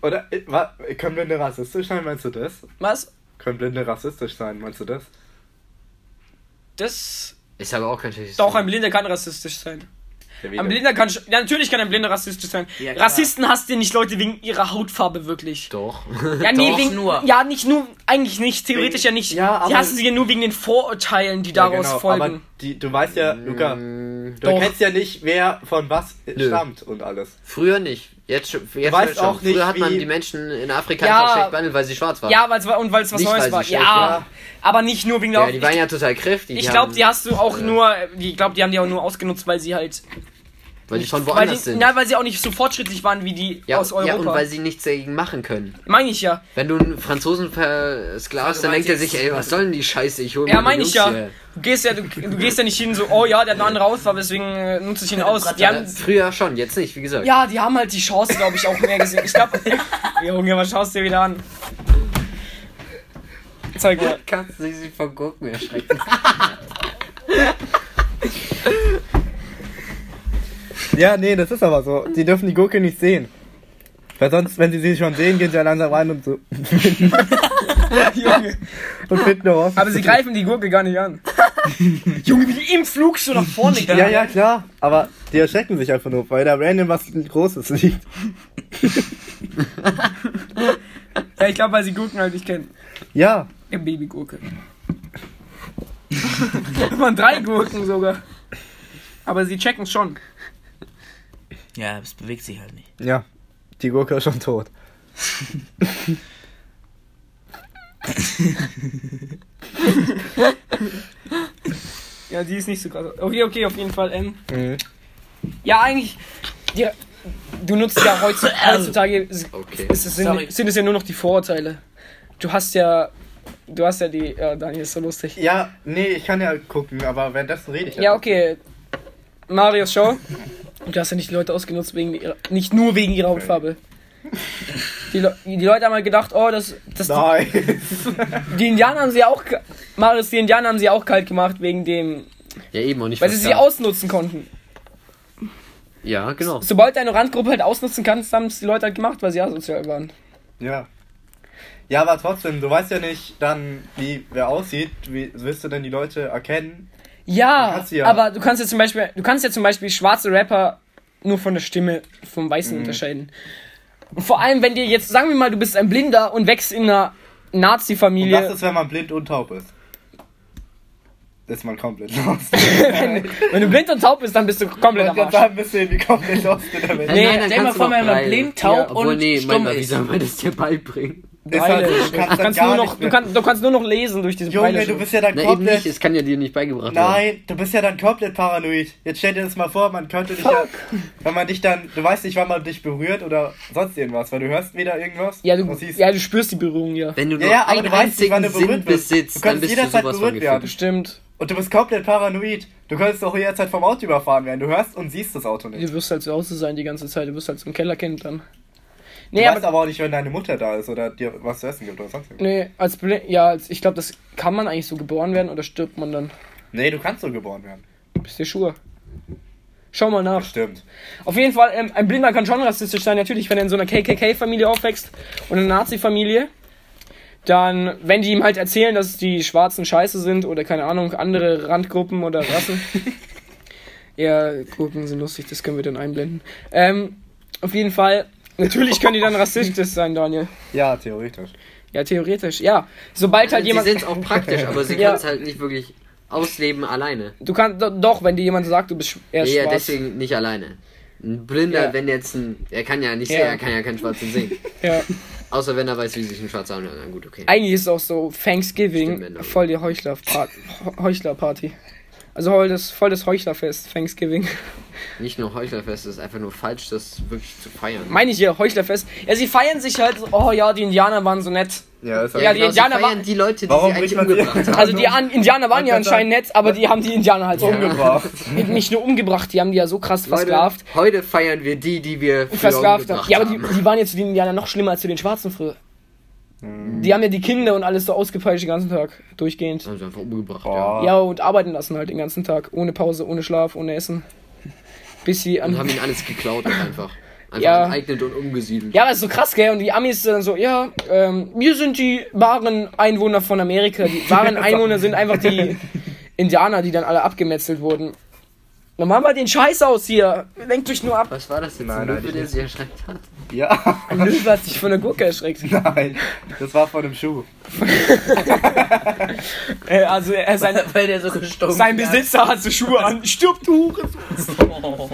Speaker 2: Oder äh, wa, können Blinde rassistisch sein, meinst du das?
Speaker 1: Was?
Speaker 2: Können Blinde rassistisch sein, meinst du das?
Speaker 1: Das.
Speaker 4: Ist aber auch kein schlechtes
Speaker 1: Doch, ein
Speaker 4: Thema.
Speaker 1: Blinder kann rassistisch sein.
Speaker 2: Ja, wie
Speaker 1: Ein
Speaker 2: denn?
Speaker 1: Blinder kann. sch- Ja, natürlich kann ein Blinder rassistisch sein.
Speaker 3: Ja, klar.
Speaker 1: Rassisten hasst ihr nicht Leute wegen ihrer Hautfarbe wirklich.
Speaker 4: Doch.
Speaker 1: Ja, nee,
Speaker 3: Doch,
Speaker 1: wegen,
Speaker 3: nur.
Speaker 1: Ja, nicht nur. Eigentlich nicht. Theoretisch ja nicht.
Speaker 2: Ja,
Speaker 1: Die
Speaker 2: aber-
Speaker 1: hassen sie ja nur wegen den Vorurteilen, die daraus
Speaker 2: ja, genau, Aber
Speaker 1: folgen.
Speaker 2: die, du weißt ja, Luca, du
Speaker 4: Mm,
Speaker 1: doch.
Speaker 2: kennst ja nicht, wer von was stammt und alles.
Speaker 4: Früher nicht. Jetzt, schon- jetzt
Speaker 2: weißt
Speaker 4: schon.
Speaker 2: auch
Speaker 4: Früher
Speaker 2: nicht,
Speaker 4: hat man
Speaker 2: wie-
Speaker 4: die Menschen in Afrika
Speaker 1: Ja.
Speaker 4: einfach schlecht behandelt, weil sie schwarz waren.
Speaker 1: Ja, weil's, war- und weil es was
Speaker 4: Nicht, weil
Speaker 1: Neues
Speaker 4: sie
Speaker 1: war.
Speaker 4: schlecht
Speaker 1: Ja,
Speaker 4: waren.
Speaker 1: aber nicht nur wegen der
Speaker 4: Ja, die waren ja total kräftig.
Speaker 1: Ich glaube,
Speaker 4: haben-
Speaker 1: die hast du auch
Speaker 4: äh,
Speaker 1: nur, ich glaube, die haben die auch nur ausgenutzt, weil sie halt,
Speaker 4: Weil die von
Speaker 1: weil die,
Speaker 4: woanders sind.
Speaker 1: na, weil sie auch nicht so fortschrittlich waren wie die
Speaker 4: ja,
Speaker 1: aus
Speaker 4: ja, und
Speaker 1: Europa.
Speaker 4: weil sie nichts dagegen machen können.
Speaker 1: meine ich ja.
Speaker 4: Wenn du einen Franzosen versklavst, dann
Speaker 3: meinst
Speaker 4: denkt er
Speaker 3: jetzt-
Speaker 4: sich, ey, was soll denn die Scheiße? Ich hol mir
Speaker 1: Ja,
Speaker 4: die
Speaker 1: meine ich ja.
Speaker 4: Jungs hier.
Speaker 1: Du gehst ja, du, du gehst ja nicht hin so, oh ja, der hat eine andere Hautfarbe, deswegen äh, nutze
Speaker 4: [laughs]
Speaker 1: ich ihn aus. Die
Speaker 4: Ja,
Speaker 1: haben,
Speaker 4: früher schon, jetzt nicht, wie gesagt.
Speaker 1: ja, die haben halt die Chance, glaube ich, auch mehr gesehen. Ich glaube, [laughs] Junge, was schaust du dir wieder an? Zeig mal.
Speaker 4: Kannst du sie von Gurken erschrecken?
Speaker 2: Ja, nee, das ist aber so. Sie dürfen die Gurke nicht sehen. Weil sonst, wenn sie sie schon sehen, gehen sie ja langsam rein und so.
Speaker 1: [laughs] Junge.
Speaker 2: Und finden noch was.
Speaker 1: Aber sie greifen die Gurke gar nicht an. [laughs] Junge, wie die im Flug so nach vorne
Speaker 2: Ja, ja, klar. Aber die erschrecken sich einfach nur, weil da random was Großes liegt.
Speaker 1: ja, ich glaube, weil sie Gurken halt nicht kennen.
Speaker 2: Ja.
Speaker 1: Eine [laughs] Babygurke. Das waren drei Gurken sogar. Aber sie checken schon.
Speaker 3: ja, es bewegt sich halt nicht.
Speaker 2: Ja. Die Gurke ist schon tot.
Speaker 1: Ja, die ist nicht so krass. Okay, okay, auf jeden Fall. Ähm,
Speaker 2: Mhm.
Speaker 1: ja, eigentlich. Die, du nutzt ja [clears throat] heutzutage. heutzutage es-
Speaker 4: Okay.
Speaker 1: es ist- sind,
Speaker 3: Sorry.
Speaker 1: sind es ja nur noch die Vorurteile. Du hast ja. Du hast ja die. Ja, Daniel ist so lustig.
Speaker 2: Ja, nee, ich kann ja gucken, aber währenddessen rede ich
Speaker 1: Ja, okay. Marius, Show. Du hast ja nicht die Leute ausgenutzt, wegen ihrer, nicht nur wegen ihrer Hautfarbe. Die, Le- die Leute haben halt gedacht, oh, das, das,
Speaker 2: Nein. [laughs]
Speaker 1: Die Indianer haben sie auch, ge- Marius, die Indianer haben sie auch kalt gemacht wegen dem,
Speaker 4: Ja, eben, und ich
Speaker 1: weil sie sie
Speaker 4: versklavt.
Speaker 1: ausnutzen konnten.
Speaker 4: Ja, genau.
Speaker 1: Sobald du eine Randgruppe halt ausnutzen kannst, haben es die Leute halt gemacht, weil sie asozial waren.
Speaker 2: Ja. Ja, aber trotzdem, du weißt ja nicht dann, wie wer aussieht. Wie willst du denn die Leute erkennen?
Speaker 1: Ja,
Speaker 2: Dann hast du ja-
Speaker 1: aber du kannst ja zum Beispiel, du kannst ja zum Beispiel schwarze Rapper nur von der Stimme vom Weißen
Speaker 2: Mhm.
Speaker 1: unterscheiden. Und vor allem, wenn dir jetzt, sagen wir mal, du bist ein Blinder und wächst in einer
Speaker 2: Und
Speaker 1: Nazi-Familie.
Speaker 2: was ist, wenn man blind und taub ist? Ist man komplett [laughs] lost.
Speaker 1: Wenn du blind und taub bist, dann bist du komplett am Arsch.
Speaker 2: ein bisschen wie komplett lost in der Welt.
Speaker 1: Nee,
Speaker 3: stell mal vor, wenn man blind, taub
Speaker 4: Obwohl,
Speaker 3: und
Speaker 4: nee,
Speaker 3: stumm
Speaker 4: mein,
Speaker 3: ist.
Speaker 4: wie soll man das dir beibringen?
Speaker 1: Breile.
Speaker 2: halt so,
Speaker 1: du kannst, nur
Speaker 2: gar
Speaker 1: noch,
Speaker 2: nicht
Speaker 1: du,
Speaker 2: mehr-
Speaker 1: kannst, du kannst nur noch lesen durch diese
Speaker 2: Junge,
Speaker 1: Breile.
Speaker 2: du bist ja dann
Speaker 4: Na eben
Speaker 2: komplett.
Speaker 4: nicht, es kann ja dir nicht beigebracht werden.
Speaker 2: Nein, du bist ja dann komplett paranoid. Jetzt stell dir das mal vor, man könnte dich ja, wenn man dich dann, du weißt nicht, wann man dich berührt oder sonst irgendwas, weil du hörst wieder irgendwas.
Speaker 1: ja,
Speaker 2: und
Speaker 1: du,
Speaker 2: siehst-
Speaker 1: ja, du spürst die Berührung, ja.
Speaker 4: Wenn du
Speaker 2: Ja,
Speaker 4: nur
Speaker 2: ja, aber
Speaker 4: einen
Speaker 2: du weißt nicht, wann
Speaker 4: einzigen
Speaker 2: du
Speaker 4: Sinn
Speaker 2: berührt wirst. Du
Speaker 4: besitzt, dann
Speaker 2: kannst
Speaker 4: bist du
Speaker 2: jederzeit
Speaker 4: sowas von
Speaker 2: berührt werden.
Speaker 4: gefickt.
Speaker 1: Stimmt.
Speaker 2: Und du bist komplett paranoid. Du könntest auch jederzeit vom Auto überfahren werden. Du hörst und siehst das Auto nicht.
Speaker 1: Du wirst halt zu Hause sein die ganze Zeit. Du wirst halt so ein Kellerkind dann.
Speaker 2: Du
Speaker 1: Nee,
Speaker 2: weißt
Speaker 1: aber.
Speaker 2: aber auch nicht, wenn deine Mutter da ist oder dir was zu essen gibt oder sonst irgendwas.
Speaker 1: Nee, als. Bli- Ja, als, ich glaube, das kann man eigentlich so geboren werden oder stirbt man dann.
Speaker 2: Nee, du kannst so geboren werden.
Speaker 1: Bist dir Schuhe. Schau mal nach.
Speaker 2: Stimmt.
Speaker 1: Auf jeden Fall, ähm, ein Blinder kann schon rassistisch sein, natürlich, wenn er in so einer KKK-Familie aufwächst und einer Nazi-Familie. Dann, wenn die ihm halt erzählen, dass die Schwarzen scheiße sind oder keine Ahnung, andere Randgruppen oder
Speaker 4: [laughs]
Speaker 1: Rassen. ja, Gruppen sind lustig, das können wir dann einblenden. Ähm, auf jeden Fall, natürlich können die
Speaker 4: [laughs]
Speaker 1: dann rassistisch sein, Daniel.
Speaker 2: Ja, theoretisch.
Speaker 1: Ja, theoretisch, ja. Sobald halt
Speaker 4: Sie
Speaker 1: jemand.
Speaker 4: sind es auch praktisch, aber sie
Speaker 1: [laughs] Ja.
Speaker 4: können es halt nicht wirklich ausleben alleine.
Speaker 1: Du kannst do- doch, wenn dir jemand sagt, du bist sch- er ist
Speaker 4: Ja, ja,
Speaker 1: schwarz.
Speaker 4: deswegen nicht alleine. Ein Blinder,
Speaker 1: Ja.
Speaker 4: wenn jetzt ein. Er kann ja nicht
Speaker 1: Ja.
Speaker 4: sehen, er kann ja keinen Schwarzen
Speaker 1: [laughs]
Speaker 4: sehen.
Speaker 1: Ja.
Speaker 4: Außer wenn er weiß, wie sich ein Schwarzer anhört. Na gut, okay.
Speaker 1: Eigentlich ist es auch so Thanksgiving
Speaker 4: Stimmt, Männer.
Speaker 1: voll die Heuchlerparty. Heuchlerparty. Also voll das, voll das Heuchlerfest, Thanksgiving. [laughs]
Speaker 4: Nicht nur Heuchlerfest, es ist einfach nur falsch, das wirklich zu feiern.
Speaker 1: Meine ich ja, Heuchlerfest. Ja, sie feiern sich halt, so, oh ja, die Indianer waren so nett.
Speaker 2: Ja, ist halt
Speaker 1: Ja, die
Speaker 4: Ja, genau, die
Speaker 1: Indianer
Speaker 4: feiern
Speaker 1: wa-
Speaker 4: die Leute, die
Speaker 2: Warum
Speaker 4: sie
Speaker 2: bricht man
Speaker 4: eigentlich
Speaker 2: sie-
Speaker 4: umgebracht
Speaker 1: [laughs]
Speaker 4: haben.
Speaker 1: Also die An Indianer waren ja anscheinend nett, aber die haben die Indianer halt so umgebracht.
Speaker 2: [laughs] umgebracht.
Speaker 1: Nicht nur umgebracht, die haben die ja so krass versklavt.
Speaker 4: Leute, heute feiern wir die, die wir früher
Speaker 1: Versklavt haben.
Speaker 4: umgebracht
Speaker 1: Ja, aber die,
Speaker 4: haben.
Speaker 1: die waren ja zu den Indianern noch schlimmer als zu den Schwarzen früher. Die haben ja die Kinder und alles so ausgepeitscht den ganzen Tag, durchgehend.
Speaker 4: haben sie einfach umgebracht, ja.
Speaker 2: Boah.
Speaker 1: Ja, und arbeiten lassen halt den ganzen Tag. Ohne Pause, ohne Schlaf, ohne Essen. Bis sie an.
Speaker 4: Und haben ihnen alles geklaut und
Speaker 1: [laughs]
Speaker 4: einfach. Einfach
Speaker 1: Ja.
Speaker 4: enteignet und umgesiedelt.
Speaker 1: Ja, das ist so krass, gell? Und die Amis sind dann so, ja, ähm, wir sind die wahren Einwohner von Amerika. Die [laughs] wahren Einwohner sind einfach die Indianer, die dann alle abgemetzelt wurden. Dann machen wir den Scheiß aus hier. Lenkt euch nur ab.
Speaker 4: Was war das jetzt?
Speaker 2: Nein,
Speaker 4: Ein
Speaker 2: nein,
Speaker 4: Löwe,
Speaker 2: ich
Speaker 4: der
Speaker 2: nicht.
Speaker 4: sie erschreckt hat?
Speaker 2: Ja. [laughs]
Speaker 1: Ein Löwe hat sich von der Gurke erschreckt.
Speaker 2: Nein. Das war von dem Schuh.
Speaker 1: Äh, also er, sein,
Speaker 3: Weil der so gestunken
Speaker 1: sein
Speaker 3: hat.
Speaker 1: Besitzer hat so Schuhe an. Stirbt, du Hurensohn.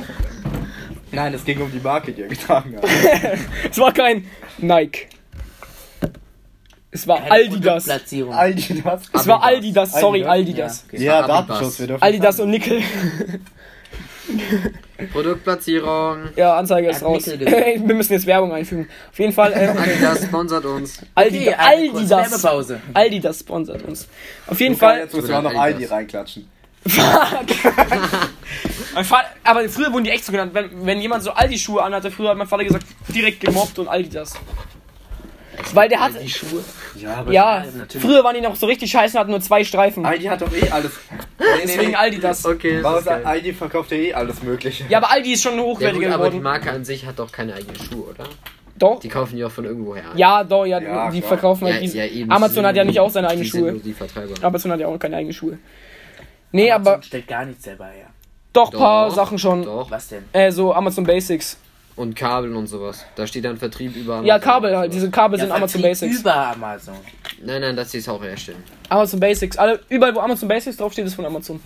Speaker 2: Nein, es ging um die Marke, die er getragen hat.
Speaker 1: Es war kein Nike. Es war
Speaker 3: Eine
Speaker 1: Aldi
Speaker 3: gute
Speaker 1: das.
Speaker 3: Platzierung.
Speaker 2: Aldi das.
Speaker 1: Es war Aldi das, sorry, Aldi
Speaker 2: Aldi
Speaker 1: das.
Speaker 3: okay.
Speaker 2: Ja,
Speaker 4: Abibas.
Speaker 2: Datenschutz, wir dürfen.
Speaker 1: Aldi das und Nickel. [laughs]
Speaker 4: Produktplatzierung.
Speaker 1: Ja, Anzeige ist
Speaker 3: Hat
Speaker 1: raus.
Speaker 3: Nickel gesagt.
Speaker 1: [laughs] Wir müssen jetzt Werbung einfügen. Auf jeden Fall,
Speaker 3: [laughs]
Speaker 1: ähm,
Speaker 4: Adidas sponsert uns.
Speaker 1: Aldi,
Speaker 3: Okay, eine
Speaker 1: Aldi
Speaker 3: kurze
Speaker 1: das.
Speaker 3: Werbepause.
Speaker 1: Aldi das sponsert uns. Auf jeden
Speaker 2: Fall.
Speaker 1: Fall.
Speaker 2: Jetzt müssen wir auch noch
Speaker 4: Aldi
Speaker 2: Aldi
Speaker 4: das.
Speaker 2: reinklatschen.
Speaker 1: Mein Vater, aber früher wurden die echt so genannt. Wenn, wenn jemand so Aldi-Schuhe anhatte, früher hat mein Vater gesagt, direkt gemobbt und Aldi das. Weil der hatte.
Speaker 4: Die Schuhe.
Speaker 2: Ja, aber
Speaker 1: Ja,
Speaker 4: natürlich.
Speaker 1: früher waren die noch so richtig scheiße und hatten nur zwei Streifen.
Speaker 2: Aldi hat doch eh alles. Nee,
Speaker 1: Deswegen Aldi das.
Speaker 4: Okay, das ist
Speaker 2: Bowser,
Speaker 4: geil.
Speaker 2: Aldi verkauft ja eh alles Mögliche.
Speaker 1: Ja, aber Aldi ist schon
Speaker 4: Ja, gut,
Speaker 1: hochwertiger
Speaker 4: aber die
Speaker 1: geworden.
Speaker 4: Marke an sich hat doch keine eigenen Schuhe, oder?
Speaker 1: Doch.
Speaker 4: Die kaufen die auch von irgendwoher. ein.
Speaker 1: Ja, doch, ja,
Speaker 2: Ja,
Speaker 1: die
Speaker 2: klar.
Speaker 1: verkaufen halt diese. Amazon hat ja nicht auch seine eigenen
Speaker 4: die sind
Speaker 1: Schuhe.
Speaker 4: Nur die Vertreiber.
Speaker 1: Amazon hat ja auch keine eigenen Schuhe. Nee,
Speaker 3: Amazon
Speaker 1: aber
Speaker 3: stellt gar nichts selber her.
Speaker 1: doch paar
Speaker 4: Doch,
Speaker 1: Sachen schon.
Speaker 4: Doch.
Speaker 3: Was denn?
Speaker 1: Äh, so Amazon Basics.
Speaker 4: Und Kabel und sowas. Da steht dann Vertrieb über. Amazon
Speaker 1: Ja,
Speaker 4: und
Speaker 1: Kabel halt.
Speaker 4: sowas.
Speaker 1: Diese Kabel sind
Speaker 3: Ja,
Speaker 1: Amazon
Speaker 3: Vertrieb
Speaker 1: Basics.
Speaker 3: Über Amazon.
Speaker 4: Nein, nein, dass sie es auch herstellen. [laughs]
Speaker 1: Amazon Basics. Alle, überall, wo Amazon Basics draufsteht, ist von Amazon.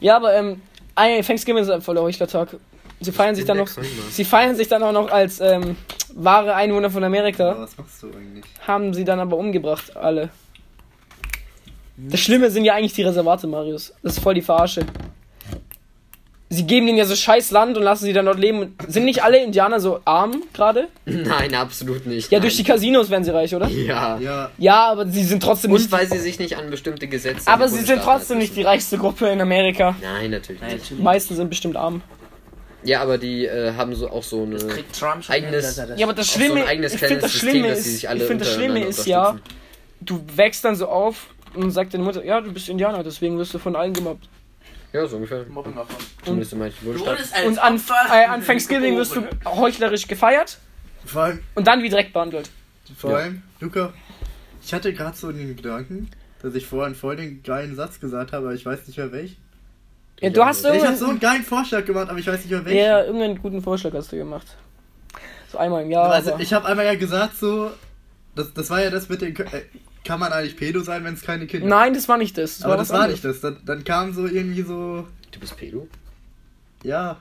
Speaker 1: Ja, aber ähm, ein- Thanksgiving ist ein voller Heuchlertag. Sie feiern sich
Speaker 4: bin
Speaker 1: dann noch.
Speaker 4: der Krümer.
Speaker 1: Sie feiern sich dann auch noch als ähm, wahre Einwohner von Amerika.
Speaker 2: Was machst du eigentlich?
Speaker 1: Haben sie dann aber umgebracht, alle. Das Schlimme sind ja eigentlich die Reservate, Marius. Das ist voll die Verarsche. Sie geben denen ja so scheiß Land und lassen sie dann dort leben. Und Sind nicht alle Indianer so arm gerade?
Speaker 4: Nein, absolut nicht.
Speaker 1: Ja,
Speaker 4: nein.
Speaker 1: durch die Casinos werden sie reich, oder?
Speaker 4: Ja.
Speaker 5: Ja,
Speaker 1: Ja, aber sie sind trotzdem
Speaker 4: Und
Speaker 1: nicht.
Speaker 4: weil sie sich nicht an bestimmte Gesetze.
Speaker 1: Aber
Speaker 4: im
Speaker 1: sie sind
Speaker 4: Bundesstaat
Speaker 1: trotzdem nicht die
Speaker 4: halten.
Speaker 1: reichste Gruppe in Amerika.
Speaker 4: Nein, natürlich
Speaker 3: Nein,
Speaker 4: nicht.
Speaker 1: Die
Speaker 3: natürlich.
Speaker 1: meisten sind bestimmt arm.
Speaker 4: Ja, aber die äh, haben so auch so eine.
Speaker 3: Kriegt Trump schon hin,
Speaker 4: Eigenes-
Speaker 3: dass er das
Speaker 1: Ja, aber das
Speaker 4: Auch so ein
Speaker 1: Schlimme,
Speaker 4: eigenes
Speaker 1: ich finde
Speaker 4: kleines
Speaker 1: das
Speaker 4: System,
Speaker 1: Schlimme
Speaker 4: dass sie
Speaker 1: ist,
Speaker 4: sich alle
Speaker 1: ich finde das Schlimme
Speaker 4: untereinander
Speaker 1: ist ja,
Speaker 4: unterstützen.
Speaker 1: du wächst dann so auf und sagt deine Mutter, ja, du bist Indianer, deswegen wirst du von allen gemobbt.
Speaker 4: Ja, so ungefähr.
Speaker 3: Mobbing davon.
Speaker 4: Zumindest in manchen
Speaker 3: Du
Speaker 4: Bundesstaaten.
Speaker 3: wurdest als
Speaker 1: Und an,
Speaker 3: Opfer-
Speaker 1: äh, an Thanksgiving wirst du
Speaker 3: geboren.
Speaker 1: heuchlerisch gefeiert
Speaker 5: vor allem,
Speaker 1: und dann wie direkt behandelt.
Speaker 5: vor
Speaker 4: Ja.
Speaker 5: allem, Luca, ich hatte gerade so den Gedanken, dass ich vorhin voll den geilen Satz gesagt habe, aber ich weiß nicht mehr welchen.
Speaker 1: Ja, du hast
Speaker 4: Ja,
Speaker 5: Ich habe so
Speaker 1: irgendeinen,
Speaker 5: einen geilen Vorschlag gemacht, aber ich weiß nicht mehr welchen.
Speaker 1: ja, irgendeinen guten Vorschlag hast du gemacht. So einmal im Jahr.
Speaker 5: Also
Speaker 1: aber-
Speaker 5: ich habe einmal ja gesagt so, das, das war ja das mit den, Kö- äh, kann man eigentlich Pedo sein, wenn es keine Kinder gibt?
Speaker 1: Nein, das war nicht das.
Speaker 5: Aber das
Speaker 1: was
Speaker 5: war
Speaker 1: anderes.
Speaker 5: nicht das. Dann, dann kam so irgendwie so,
Speaker 4: Du bist Pedo?
Speaker 5: ja,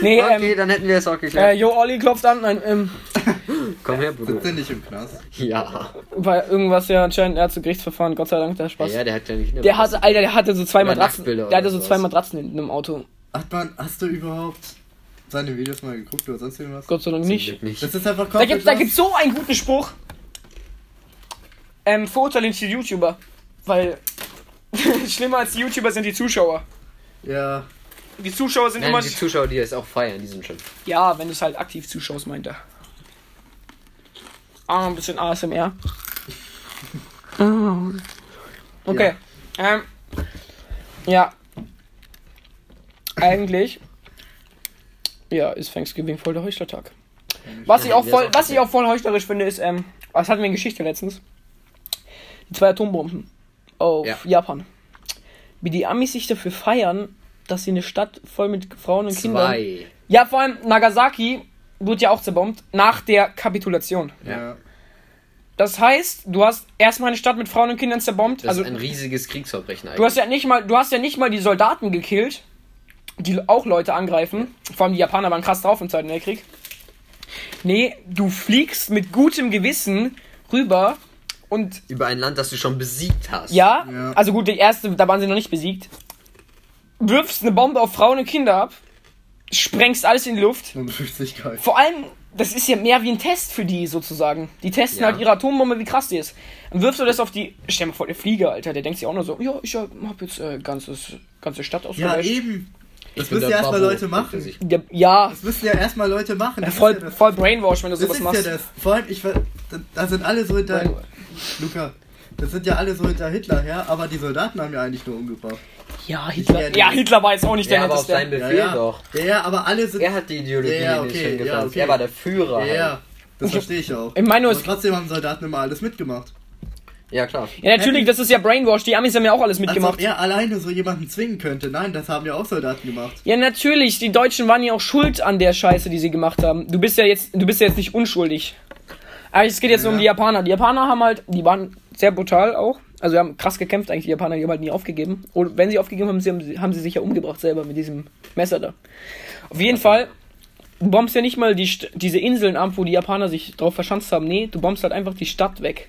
Speaker 1: Nee,
Speaker 4: Okay,
Speaker 1: ähm,
Speaker 4: dann hätten wir es auch
Speaker 1: äh,
Speaker 4: geklärt.
Speaker 1: Jo, Olli klopft an. Nein, ähm,
Speaker 4: Komm her, Bruder.
Speaker 5: Sitzt er nicht im Knast?
Speaker 4: Ja.
Speaker 1: weil irgendwas ja anscheinend, er hat so Gerichtsverfahren, Gott sei Dank, der Spaß.
Speaker 4: Ja, der hat kleine Kinder.
Speaker 1: Der hatte, Alter, der hatte so zwei
Speaker 4: Oder
Speaker 1: Matratzen.
Speaker 4: Nacktbilder
Speaker 1: Der hatte
Speaker 4: oder
Speaker 1: so zwei
Speaker 4: sowas.
Speaker 1: Matratzen hinten im Auto.
Speaker 5: Hat man, hast du überhaupt seine Videos mal geguckt oder sonst irgendwas?
Speaker 1: Gott sei Dank
Speaker 4: Zum
Speaker 1: nicht.
Speaker 4: Glück nicht.
Speaker 5: Das ist einfach
Speaker 1: Da
Speaker 5: komplett
Speaker 1: gibt's, da
Speaker 5: was.
Speaker 1: gibt's so einen guten Spruch. Ähm, verurteile nicht die YouTuber. Weil [laughs] schlimmer als die YouTuber sind die Zuschauer.
Speaker 5: Ja,
Speaker 1: Die Zuschauer sind immer.
Speaker 4: Nein, die Zuschauer, die das auch feiern, die sind schon.
Speaker 1: ja, wenn du es halt aktiv zuschaust, meint er. Ah, ein bisschen ASMR. Ah. okay. Ähm. Ja. Eigentlich. Ja, ist Thanksgiving voll der Heuchlertag. Was ich auch voll, was ich auch voll heuchlerisch finde, ist, ähm, was hatten wir in Geschichte letztens? Die zwei Atombomben auf
Speaker 4: Ja.
Speaker 1: Japan. Wie die Amis sich dafür feiern, dass sie eine Stadt voll mit Frauen und Kindern.
Speaker 4: Zwei.
Speaker 1: Ja, vor allem Nagasaki wurde ja auch zerbombt nach der Kapitulation.
Speaker 5: ja.
Speaker 1: Das heißt, du hast erstmal eine Stadt mit Frauen und Kindern zerbombt.
Speaker 4: Das
Speaker 1: also
Speaker 4: ist ein riesiges Kriegsverbrechen
Speaker 1: du hast
Speaker 4: eigentlich.
Speaker 1: ja nicht mal, du hast ja nicht mal die Soldaten gekillt, die auch Leute angreifen. Vor allem die Japaner waren krass drauf im Zweiten Weltkrieg. Nee, du fliegst mit gutem Gewissen rüber und
Speaker 4: Über ein Land, das du schon besiegt hast.
Speaker 1: ja,
Speaker 5: Ja.
Speaker 1: also gut, die erste, da waren sie noch nicht besiegt. Wirfst eine Bombe auf Frauen und Kinder ab, sprengst alles in die Luft.
Speaker 5: Um Flüssigkeit.
Speaker 1: Vor allem, das ist ja mehr wie ein Test für die sozusagen. Die testen
Speaker 4: Ja.
Speaker 1: halt ihre Atombombe, wie krass die ist. Dann wirfst du das auf die. Stell dir mal vor, der Flieger, Alter, der denkt sich auch nur so, ja, ich äh, hab jetzt äh, ganzes, ganze Stadt
Speaker 5: Ja,
Speaker 1: ausgelöscht.
Speaker 5: eben. Das
Speaker 4: bin
Speaker 5: müssen
Speaker 4: der
Speaker 5: ja erstmal
Speaker 4: Babbo,
Speaker 5: Leute
Speaker 4: denkt er
Speaker 5: machen.
Speaker 4: sich.
Speaker 1: Ja, ja
Speaker 5: Das müssen ja erstmal Leute machen. Das
Speaker 1: voll,
Speaker 5: ist ja das,
Speaker 1: voll Brainwash, wenn du
Speaker 5: das
Speaker 1: sowas
Speaker 5: ist
Speaker 1: machst.
Speaker 5: ja äh, das. Vor allem, ich, ver- da- da sind alle so hinter.
Speaker 1: Brainwash.
Speaker 5: Luca, das sind ja alle so hinter Hitler her, aber die Soldaten haben ja eigentlich nur umgebracht.
Speaker 1: Ja,
Speaker 5: Ja,
Speaker 1: Hitler.
Speaker 5: nee.
Speaker 1: Ja, Hitler war jetzt auch nicht
Speaker 4: Ja,
Speaker 1: der
Speaker 4: aber auf
Speaker 1: netteste.
Speaker 4: seinen
Speaker 5: Ja,
Speaker 4: Befehl
Speaker 5: ja.
Speaker 4: doch.
Speaker 5: Ja, ja, aber alle sind.
Speaker 4: Er hat die Ideologie
Speaker 5: Ja, ja,
Speaker 4: in den
Speaker 5: okay,
Speaker 4: Schienen
Speaker 5: ja,
Speaker 4: gepflanzt.
Speaker 5: okay.
Speaker 4: Er war der Führer.
Speaker 5: Ja,
Speaker 4: halt.
Speaker 5: ja, das verstehe ich auch.
Speaker 1: Ich meine nur,
Speaker 5: Aber
Speaker 1: es,
Speaker 5: trotzdem haben Soldaten immer alles mitgemacht.
Speaker 4: halt. ja klar.
Speaker 1: ja, natürlich, das ist ja Brainwash. Die Amis haben ja auch alles
Speaker 5: Als ob
Speaker 1: mitgemacht.
Speaker 5: er alleine so jemanden zwingen könnte. Nein, das haben ja auch Soldaten gemacht.
Speaker 1: Ja, natürlich, die Deutschen waren ja auch schuld an der Scheiße, die sie gemacht haben. Du bist ja jetzt, du bist ja jetzt nicht unschuldig. Aber es geht jetzt nur um die Japaner. Die Japaner haben halt, die waren sehr brutal auch. Also die haben krass gekämpft eigentlich, die Japaner, die haben halt nie aufgegeben. Und wenn sie aufgegeben haben, sie haben, sie- haben sie sich ja umgebracht selber mit diesem Messer da. Auf jeden Fall, du bombst ja nicht mal die, St- diese Inseln ab, wo die Japaner sich drauf verschanzt haben. Nee, du bombst halt einfach die Stadt weg.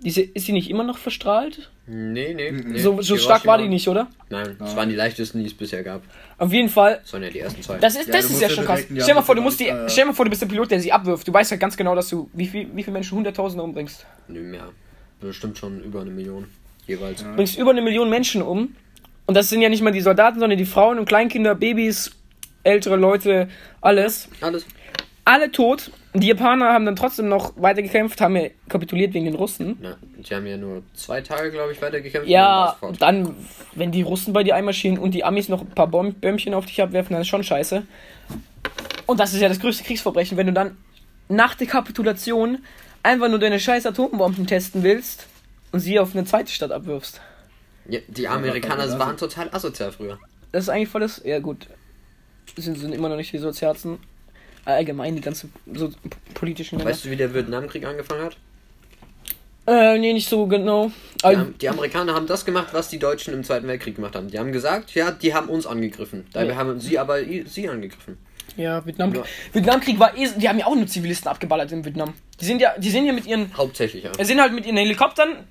Speaker 1: Diese, ist sie nicht immer noch verstrahlt?
Speaker 4: Nee, nee. nee.
Speaker 1: So, so
Speaker 4: Mhm. Hiroshima-
Speaker 1: stark war die nicht, oder?
Speaker 4: Nein, das waren die leichtesten, die es bisher gab.
Speaker 1: Auf jeden Fall
Speaker 4: Das waren ja die ersten zwei.
Speaker 1: Das ist, das
Speaker 5: Ja, du
Speaker 1: ist
Speaker 5: musst
Speaker 1: ja
Speaker 5: ja
Speaker 1: schon krass.
Speaker 5: direkt- ja,
Speaker 1: stell dir mal
Speaker 5: musst
Speaker 1: vor, du
Speaker 5: du
Speaker 1: musst die,
Speaker 5: dann, äh,
Speaker 1: stell dir mal vor, du bist der Pilot, der sie abwirft. Du weißt ja ganz genau, dass du wie viel, wie viele Menschen Hunderttausende umbringst.
Speaker 4: Nee, mehr. Bestimmt schon über eine Million jeweils.
Speaker 1: Du bringst über eine Million Menschen um. Und das sind ja nicht mal die Soldaten, sondern die Frauen und Kleinkinder, Babys, ältere Leute, alles.
Speaker 4: Alles.
Speaker 1: Alle tot. Die Japaner haben dann trotzdem noch weitergekämpft, haben ja kapituliert wegen den Russen.
Speaker 4: Na, die haben ja nur zwei Tage, glaube ich, weitergekämpft.
Speaker 1: Ja,
Speaker 4: und dann war's fort.
Speaker 1: dann, wenn die Russen bei dir einmarschieren und die Amis noch ein paar Bom- Bömmchen auf dich abwerfen, dann ist schon scheiße. Und das ist ja das größte Kriegsverbrechen, wenn du dann nach der Kapitulation einfach nur deine scheiß Atombomben testen willst und sie auf eine zweite Stadt abwirfst.
Speaker 4: Ja, die Amerikaner
Speaker 5: Ja,
Speaker 4: waren total asozial früher.
Speaker 1: Das ist eigentlich voll das. Ja, gut. Sind, sind immer noch nicht die Sozialsten. Allgemein die ganzen so, politischen. Länder.
Speaker 4: Weißt du, wie der Vietnamkrieg angefangen hat?
Speaker 1: Äh, nee, nicht so genau.
Speaker 4: Die,
Speaker 1: Aber,
Speaker 4: Am- die Amerikaner haben das gemacht, was die Deutschen im Zweiten Weltkrieg gemacht haben. Die haben gesagt, ja, die haben uns angegriffen. Dabei
Speaker 1: Ja.
Speaker 4: haben sie aber i- sie angegriffen.
Speaker 1: ja, Vietnam.
Speaker 4: Ja.
Speaker 1: Vietnamkrieg war eh. Die haben ja auch nur Zivilisten abgeballert in Vietnam. Die sind ja, die sind ja mit ihren
Speaker 4: Hauptsächlich, ja.
Speaker 1: Wir sind halt mit ihren Helikoptern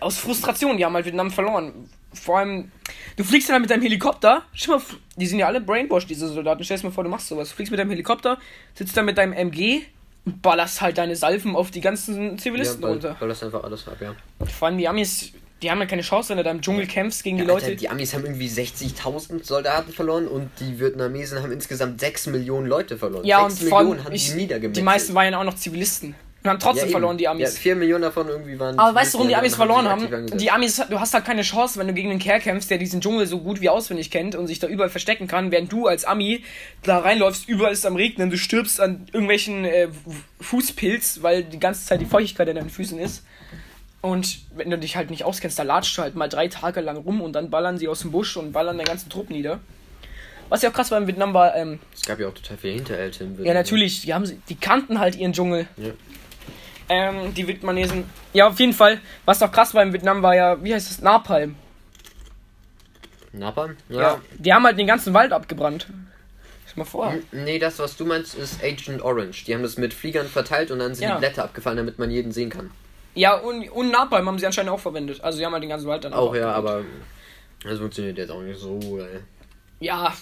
Speaker 1: aus Frustration, die haben halt Vietnam verloren. Vor allem, du fliegst dann halt mit deinem Helikopter. Schau mal, die sind ja alle brainwashed, diese Soldaten. Stell dir mal vor, du machst sowas. Du fliegst mit deinem Helikopter, sitzt dann mit deinem MG und ballerst halt deine Salven auf die ganzen
Speaker 4: ja
Speaker 1: Zivilisten
Speaker 4: weil,
Speaker 1: runter.
Speaker 4: weil das einfach alles ab, ja.
Speaker 1: Vor allem die Amis, die haben ja keine Chance, wenn du da im Dschungel kämpfst gegen die
Speaker 4: Ja, Alter,
Speaker 1: Leute.
Speaker 4: die Amis haben irgendwie 60.000 Soldaten verloren und die Vietnamesen haben insgesamt 6 Millionen Leute verloren.
Speaker 1: ja, und
Speaker 4: 6
Speaker 1: vor allem,
Speaker 4: Millionen haben
Speaker 1: ich,
Speaker 4: die niedergemetzelt.
Speaker 1: die meisten waren ja auch noch Zivilisten. Und haben trotzdem
Speaker 4: eben.
Speaker 1: verloren, die Amis.
Speaker 4: Ja, 4 Millionen davon irgendwie waren.
Speaker 1: Aber weißt du, warum die Amis
Speaker 4: Zivilisten,
Speaker 1: verloren
Speaker 4: dann haben sie sich
Speaker 1: haben?
Speaker 4: aktiv
Speaker 1: Die Amis, du hast halt keine Chance, wenn du gegen einen Kerl kämpfst, der diesen Dschungel so gut wie auswendig kennt und sich da überall verstecken kann, während du als Ami da reinläufst, überall ist am Regnen, du stirbst an irgendwelchen äh, Fu- Fußpilz, weil die ganze Zeit die Feuchtigkeit in deinen Füßen ist. Und wenn du dich halt nicht auskennst, da latscht du halt mal drei Tage lang rum und dann ballern sie aus dem Busch und ballern den ganzen Trupp nieder. Was ja auch krass war im Vietnam war, ähm,
Speaker 4: Es gab ja auch total viele Hinterhälte. im
Speaker 1: ja,
Speaker 4: Vietnam.
Speaker 1: natürlich. Die, haben, sie- die kannten halt ihren Dschungel.
Speaker 4: Ja.
Speaker 1: Ähm, die Vietnamesen. Ja, auf jeden Fall. Was doch krass war in Vietnam war ja, wie heißt das? Napalm.
Speaker 4: Napalm?
Speaker 1: Ja.
Speaker 4: Ja.
Speaker 1: Die haben halt den ganzen Wald abgebrannt. Stell mal vor.
Speaker 4: N- Nee, das, was du meinst, ist Agent Orange. Die haben das mit Fliegern verteilt und dann sind
Speaker 1: Ja.
Speaker 4: die Blätter abgefallen, damit man jeden sehen kann.
Speaker 1: Ja, und, und Napalm haben sie anscheinend auch verwendet. Also sie haben halt den ganzen Wald dann
Speaker 4: Auch, ja,
Speaker 1: abgebrannt.
Speaker 4: aber das funktioniert jetzt auch nicht so, ey.
Speaker 1: Ja.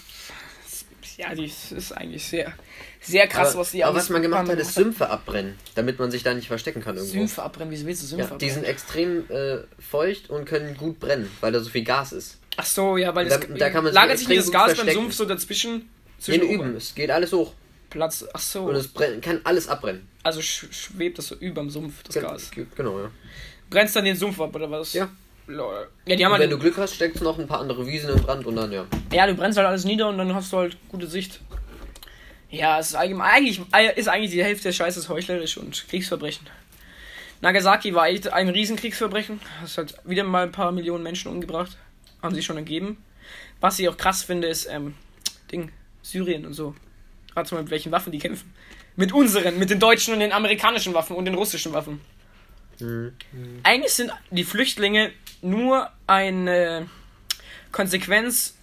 Speaker 1: Ja, die ist ist eigentlich sehr, sehr krass,
Speaker 4: aber,
Speaker 1: was die
Speaker 4: aber
Speaker 1: alles
Speaker 4: was man gemacht hat,
Speaker 1: haben
Speaker 4: ist Sümpfe abbrennen, damit man sich da nicht verstecken kann irgendwo.
Speaker 1: Sümpfe abbrennen. Wieso willst du Sümpfe
Speaker 4: Ja, die
Speaker 1: abbrennen?
Speaker 4: sind extrem äh, feucht und können gut brennen, weil da so viel Gas ist.
Speaker 1: Ach so, ja, weil
Speaker 4: Da-
Speaker 1: das,
Speaker 4: da kann man sich
Speaker 1: lagert sich nicht das
Speaker 4: extrem gut
Speaker 1: Gas beim
Speaker 4: verstecken.
Speaker 1: Sumpf so dazwischen.
Speaker 4: In
Speaker 1: Zwischen Oh.
Speaker 4: üben, es geht alles hoch
Speaker 1: Platz. Ach so.
Speaker 4: und es brennt, kann alles abbrennen.
Speaker 1: also sch schwebt das so überm Sumpf, das
Speaker 4: Gen-
Speaker 1: Gas.
Speaker 4: ge- Genau, ja.
Speaker 1: Brennst dann den Sumpf ab, oder was?
Speaker 4: Ja.
Speaker 1: Lol. Ja, die haben
Speaker 4: Und
Speaker 1: halt.
Speaker 4: wenn du
Speaker 1: den-
Speaker 4: Glück hast, steckst du noch ein paar andere Wiesen in Brand und dann ja.
Speaker 1: ja, du brennst halt alles nieder und dann hast du halt gute Sicht. Ja, es ist allgemein. Eigentlich äh, ist eigentlich die Hälfte des Scheißes heuchlerisch und Kriegsverbrechen. Nagasaki war echt ein Riesenkriegsverbrechen. Es hat wieder mal ein paar Millionen Menschen umgebracht. Haben sie schon ergeben. Was ich auch krass finde, ist, ähm, Ding, Syrien und so. Rat mal, mit welchen Waffen die kämpfen. Mit unseren, mit den deutschen und den amerikanischen Waffen und den russischen Waffen. Eigentlich sind die Flüchtlinge nur eine Konsequenz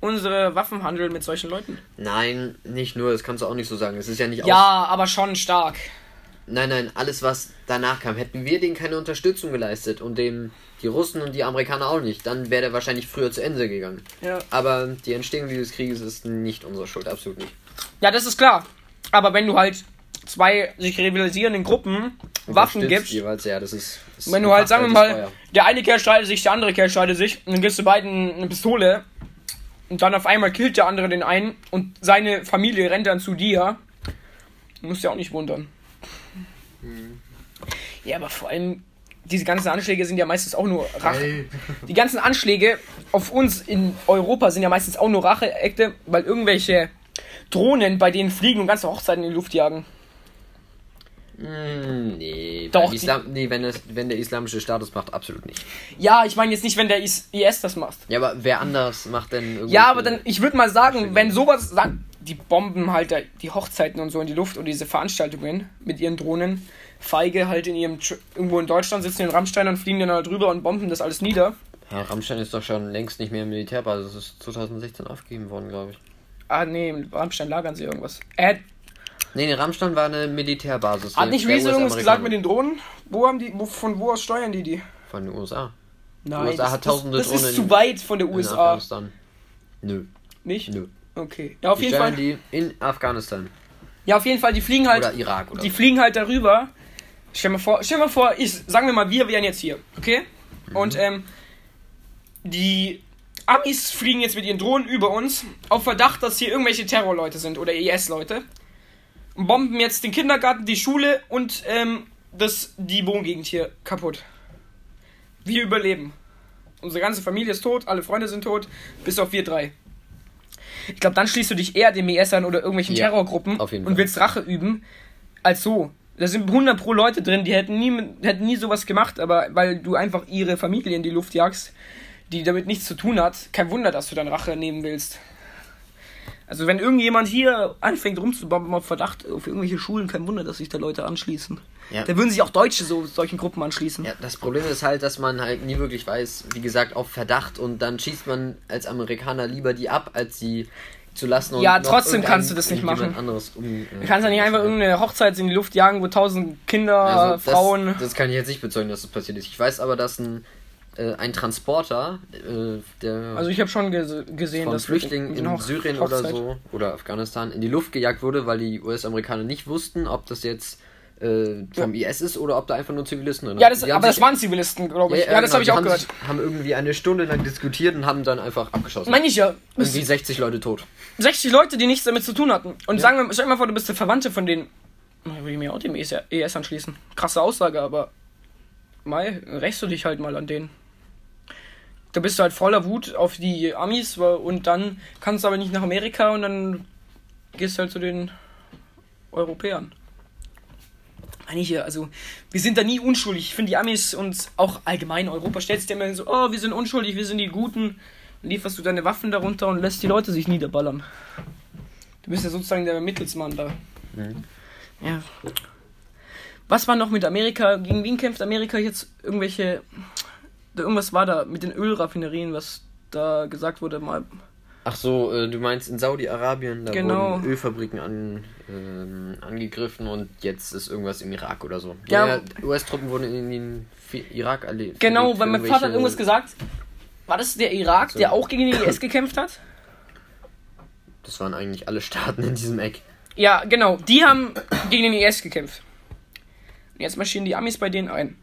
Speaker 1: unserer Waffenhandel mit solchen Leuten.
Speaker 4: Nein, nicht nur, das kannst du auch nicht so sagen. Es ist ja nicht aus.
Speaker 1: Ja, aber schon stark.
Speaker 4: Nein, nein, alles was danach kam, hätten wir denen keine Unterstützung geleistet und dem die Russen und die Amerikaner auch nicht, dann wäre der wahrscheinlich früher zu Ende gegangen.
Speaker 1: Ja.
Speaker 4: Aber die Entstehung dieses Krieges ist nicht unsere Schuld, absolut nicht.
Speaker 1: Ja, das ist klar. Aber wenn du halt zwei sich rivalisierenden Gruppen Waffen
Speaker 4: Unterstützt
Speaker 1: gibst,
Speaker 4: jeweils, ja, das ist. Das ist
Speaker 1: wenn du
Speaker 4: ein
Speaker 1: halt, sagen wir mal,
Speaker 4: fachliches
Speaker 1: der eine Kerl streitet sich, der andere Kerl streitet sich, und dann gibst du beiden eine Pistole und dann auf einmal killt der andere den einen und seine Familie rennt dann zu dir, du musst ja auch nicht wundern. Ja, aber vor allem, diese ganzen Anschläge sind ja meistens auch nur Rache.
Speaker 5: Ey,
Speaker 1: Die ganzen Anschläge auf uns in Europa sind ja meistens auch nur Racheakte, weil irgendwelche Drohnen bei denen fliegen und ganze Hochzeiten in die Luft jagen.
Speaker 4: Feuer. Mm, nee,
Speaker 1: Doch,
Speaker 4: beim
Speaker 1: die-
Speaker 4: Islam, nee wenn, das, wenn der islamische Staat das macht, absolut nicht.
Speaker 1: Ja, ich meine jetzt nicht, wenn der IS IS das macht.
Speaker 4: Ja, aber wer anders macht denn irgendwie.
Speaker 1: Ja, aber dann, ich würde mal sagen, wenn sowas, sagen, die bomben halt da- die Hochzeiten und so in die Luft und diese Veranstaltungen mit ihren Drohnen, feige halt in ihrem, Tr- irgendwo in Deutschland sitzen die in Rammstein und fliegen dann halt drüber und bomben das alles nieder.
Speaker 4: Ja, Rammstein ist doch schon längst nicht mehr Militärbasis, es ist 2016 aufgegeben worden, glaube ich.
Speaker 1: Ah, nee, in Rammstein lagern sie irgendwas. Äh,
Speaker 4: Nee, nee, Rammstein war eine Militärbasis.
Speaker 1: Hat
Speaker 4: der-
Speaker 1: nicht
Speaker 4: der
Speaker 1: Reese irgendwas gesagt
Speaker 4: US-Amerikaner.
Speaker 1: mit den Drohnen? Wo haben die, wo, von wo aus steuern die die?
Speaker 4: Von den USA.
Speaker 1: Nein,
Speaker 4: USA
Speaker 1: das,
Speaker 4: hat tausende
Speaker 1: das, das
Speaker 4: Drohnen
Speaker 1: ist zu
Speaker 4: in-
Speaker 1: weit von der
Speaker 4: In
Speaker 1: USA.
Speaker 4: Afghanistan. Nö,
Speaker 1: Nicht?
Speaker 4: nö.
Speaker 1: Okay. Ja, auf
Speaker 4: die
Speaker 1: jeden Fall.
Speaker 4: stellen die in Afghanistan.
Speaker 1: Ja, auf jeden Fall, die fliegen halt
Speaker 4: Oder Irak, oder?
Speaker 1: die fliegen halt darüber. Stell mal vor, stell mal vor, ich sagen wir mal, wir wären jetzt hier, okay? Und ähm, die Amis fliegen jetzt mit ihren Drohnen über uns auf Verdacht, dass hier irgendwelche Terrorleute sind oder IS-Leute und bomben jetzt den Kindergarten, die Schule und ähm, das die Wohngegend hier kaputt. Wir überleben. Unsere ganze Familie ist tot, alle Freunde sind tot, bis auf wir drei. Ich glaube, dann schließt du dich eher dem IS an oder irgendwelchen
Speaker 4: Ja,
Speaker 1: Terrorgruppen
Speaker 4: auf jeden
Speaker 1: und
Speaker 4: Fall.
Speaker 1: willst Rache üben, als so. Da sind 100 pro Leute drin, die hätten nie, mit- hätten nie sowas gemacht, aber weil du einfach ihre Familie in die Luft jagst, die damit nichts zu tun hat, kein Wunder, dass du dann Rache nehmen willst. Also wenn irgendjemand hier anfängt rumzubomben auf Verdacht auf irgendwelche Schulen, kein Wunder, dass sich da Leute anschließen.
Speaker 4: Ja.
Speaker 1: Da würden sich auch Deutsche so solchen Gruppen anschließen.
Speaker 4: Ja, das Problem ist halt, dass man halt nie wirklich weiß, wie gesagt, auf Verdacht und dann schießt man als Amerikaner lieber die ab, als sie zu lassen und
Speaker 1: Ja,
Speaker 4: noch
Speaker 1: trotzdem
Speaker 4: irgendein-
Speaker 1: kannst du das nicht
Speaker 4: irgendjemand
Speaker 1: machen.
Speaker 4: Anderes um,
Speaker 1: Du kannst ja nicht einfach irgendeine Hochzeit in die Luft jagen, wo tausend Kinder,
Speaker 4: Also,
Speaker 1: äh, Frauen.
Speaker 4: Das, das kann ich jetzt nicht bezeugen, dass das passiert ist. Ich weiß aber, dass ein, äh, ein Transporter, äh, der
Speaker 1: also ich habe schon gese- gesehen,
Speaker 4: von
Speaker 1: dass
Speaker 4: Flüchtlingen
Speaker 1: mit- mit
Speaker 4: in
Speaker 1: einer Hoch-
Speaker 4: Syrien oder
Speaker 1: Hochzeit-
Speaker 4: so oder Afghanistan in die Luft gejagt wurde, weil die US-Amerikaner nicht wussten, ob das jetzt äh, vom IS ist oder ob da einfach nur Zivilisten drin
Speaker 1: Ja, das,
Speaker 4: Die haben
Speaker 1: aber das
Speaker 4: sich-
Speaker 1: waren Zivilisten, glaube ich. Ja, das
Speaker 4: genau,
Speaker 1: habe ich
Speaker 4: die
Speaker 1: auch
Speaker 4: haben
Speaker 1: gehört.
Speaker 4: Sich, haben irgendwie eine Stunde lang diskutiert und haben dann einfach abgeschossen.
Speaker 1: Meine ich ja. Es-
Speaker 4: irgendwie 60 Leute tot.
Speaker 1: 60 Leute, die nichts damit zu tun hatten. Und sagen wir, stell dir mal vor, du bist der Verwandte von denen. Na, Würde ich mir auch dem E ES, ES anschließen. Krasse Aussage, aber. Mai, rächst du dich halt mal an denen. Da bist du halt voller Wut auf die Amis wa- und dann kannst du aber nicht nach Amerika und dann gehst du halt zu den Europäern. Meine ich ja, also wir sind da nie unschuldig. Ich finde die Amis und auch allgemein Europa stellst dir immer hin so, oh, wir sind unschuldig, wir sind die Guten. Dann lieferst du deine Waffen darunter und lässt die Leute sich niederballern. Du bist ja sozusagen der Mittelsmann da.
Speaker 4: Mhm.
Speaker 1: Ja. Was war noch mit Amerika? Gegen wen kämpft Amerika jetzt irgendwelche. Da irgendwas war da mit den Ölraffinerien, was. da- da gesagt wurde, mal.
Speaker 4: Ach so, äh, du meinst in Saudi-Arabien, da
Speaker 1: Genau.
Speaker 4: wurden Ölfabriken an, ähm, angegriffen und jetzt ist irgendwas im Irak oder so.
Speaker 1: Ja.
Speaker 4: US-Truppen wurden in den Fi- Irak erlebt.
Speaker 1: Genau, weil mein Vater hat irgendwas
Speaker 4: gesagt.
Speaker 1: gesagt. War das der Irak, der auch gegen
Speaker 4: [coughs]
Speaker 1: den IS gekämpft hat?
Speaker 4: Das waren eigentlich alle Staaten in diesem Eck.
Speaker 1: Ja, genau. Die haben gegen den IS gekämpft. Und jetzt marschieren die Amis bei denen ein.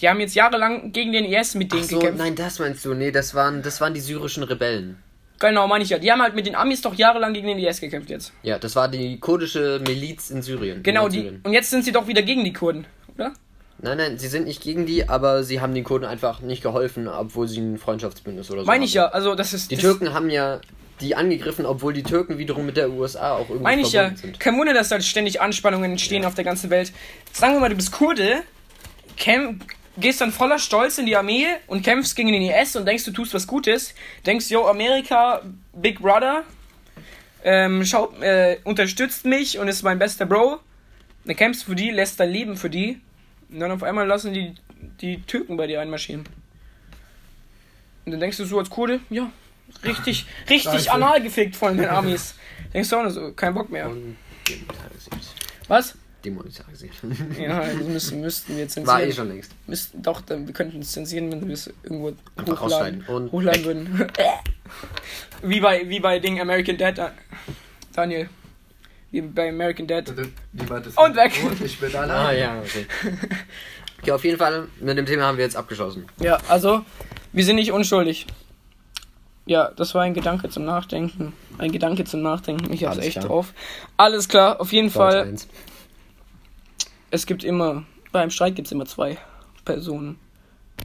Speaker 1: Die haben jetzt jahrelang gegen den IS mit
Speaker 4: Ach
Speaker 1: denen
Speaker 4: so,
Speaker 1: gekämpft.
Speaker 4: nein, das meinst du. Nee, das waren, das waren die syrischen Rebellen.
Speaker 1: Genau, meine ich ja. Die haben halt mit den Amis doch jahrelang gegen den IS gekämpft jetzt.
Speaker 4: Ja, das war die kurdische Miliz in Syrien. in
Speaker 1: Genau, die.
Speaker 4: Nordsyrien.
Speaker 1: Und jetzt sind sie doch wieder gegen die Kurden, oder?
Speaker 4: Nein, nein, sie sind nicht gegen die, aber sie haben den Kurden einfach nicht geholfen, obwohl sie ein Freundschaftsbündnis oder so
Speaker 1: Meine ich
Speaker 4: hatten.
Speaker 1: ja. Also, das ist.
Speaker 4: Die
Speaker 1: das
Speaker 4: Türken haben ja die angegriffen, obwohl die Türken wiederum mit der USA auch irgendwie
Speaker 1: Meine ich ja.
Speaker 4: verbunden sind.
Speaker 1: Kein Wunder, dass da ständig Anspannungen entstehen auf der ganzen Welt. Sagen wir mal, du bist Kurde, kämp gehst dann voller Stolz in die Armee und kämpfst gegen den IS und denkst, du tust was Gutes. Denkst, yo, Amerika, Big Brother, ähm, schau, äh, unterstützt mich und ist mein bester Bro. Dann kämpfst du für die, lässt dein Leben für die. Und dann auf einmal lassen die, die Türken bei dir einmarschieren. Und dann denkst du so als Kurde, ja, richtig,
Speaker 4: Ah,
Speaker 1: richtig
Speaker 5: Scheiße.
Speaker 1: anal gefickt von den Amis. Denkst du auch nur so, kein Bock mehr.
Speaker 4: Und demonetarisiert.
Speaker 1: Was?
Speaker 4: Demonetarisiert.
Speaker 1: Ja, also müssen, müssten wir zensieren.
Speaker 4: War eh schon längst.
Speaker 1: Müssten, doch, dann, wir könnten es zensieren, wenn wir es irgendwo
Speaker 4: Einfach
Speaker 1: hochladen,
Speaker 4: rausschneiden und
Speaker 1: hochladen
Speaker 4: weg.
Speaker 1: würden. [laughs] wie, bei, wie bei Ding American Dad, äh, Daniel. Wie bei American Dad.
Speaker 5: Also, Niemand ist
Speaker 1: Und weg.
Speaker 5: bedroht, Ich bin
Speaker 4: Ah
Speaker 5: allein.
Speaker 4: ja, okay. Okay, auf jeden Fall, mit dem Thema haben wir jetzt abgeschlossen.
Speaker 1: Ja, also, wir sind nicht unschuldig. Ja, das war ein Gedanke zum Nachdenken. Ein Gedanke zum Nachdenken. Ich hab's
Speaker 4: Alles
Speaker 1: echt
Speaker 4: klar.
Speaker 1: drauf. Alles klar, auf jeden Fall.
Speaker 4: Eins.
Speaker 1: Es gibt immer, beim Streit gibt's immer zwei Personen.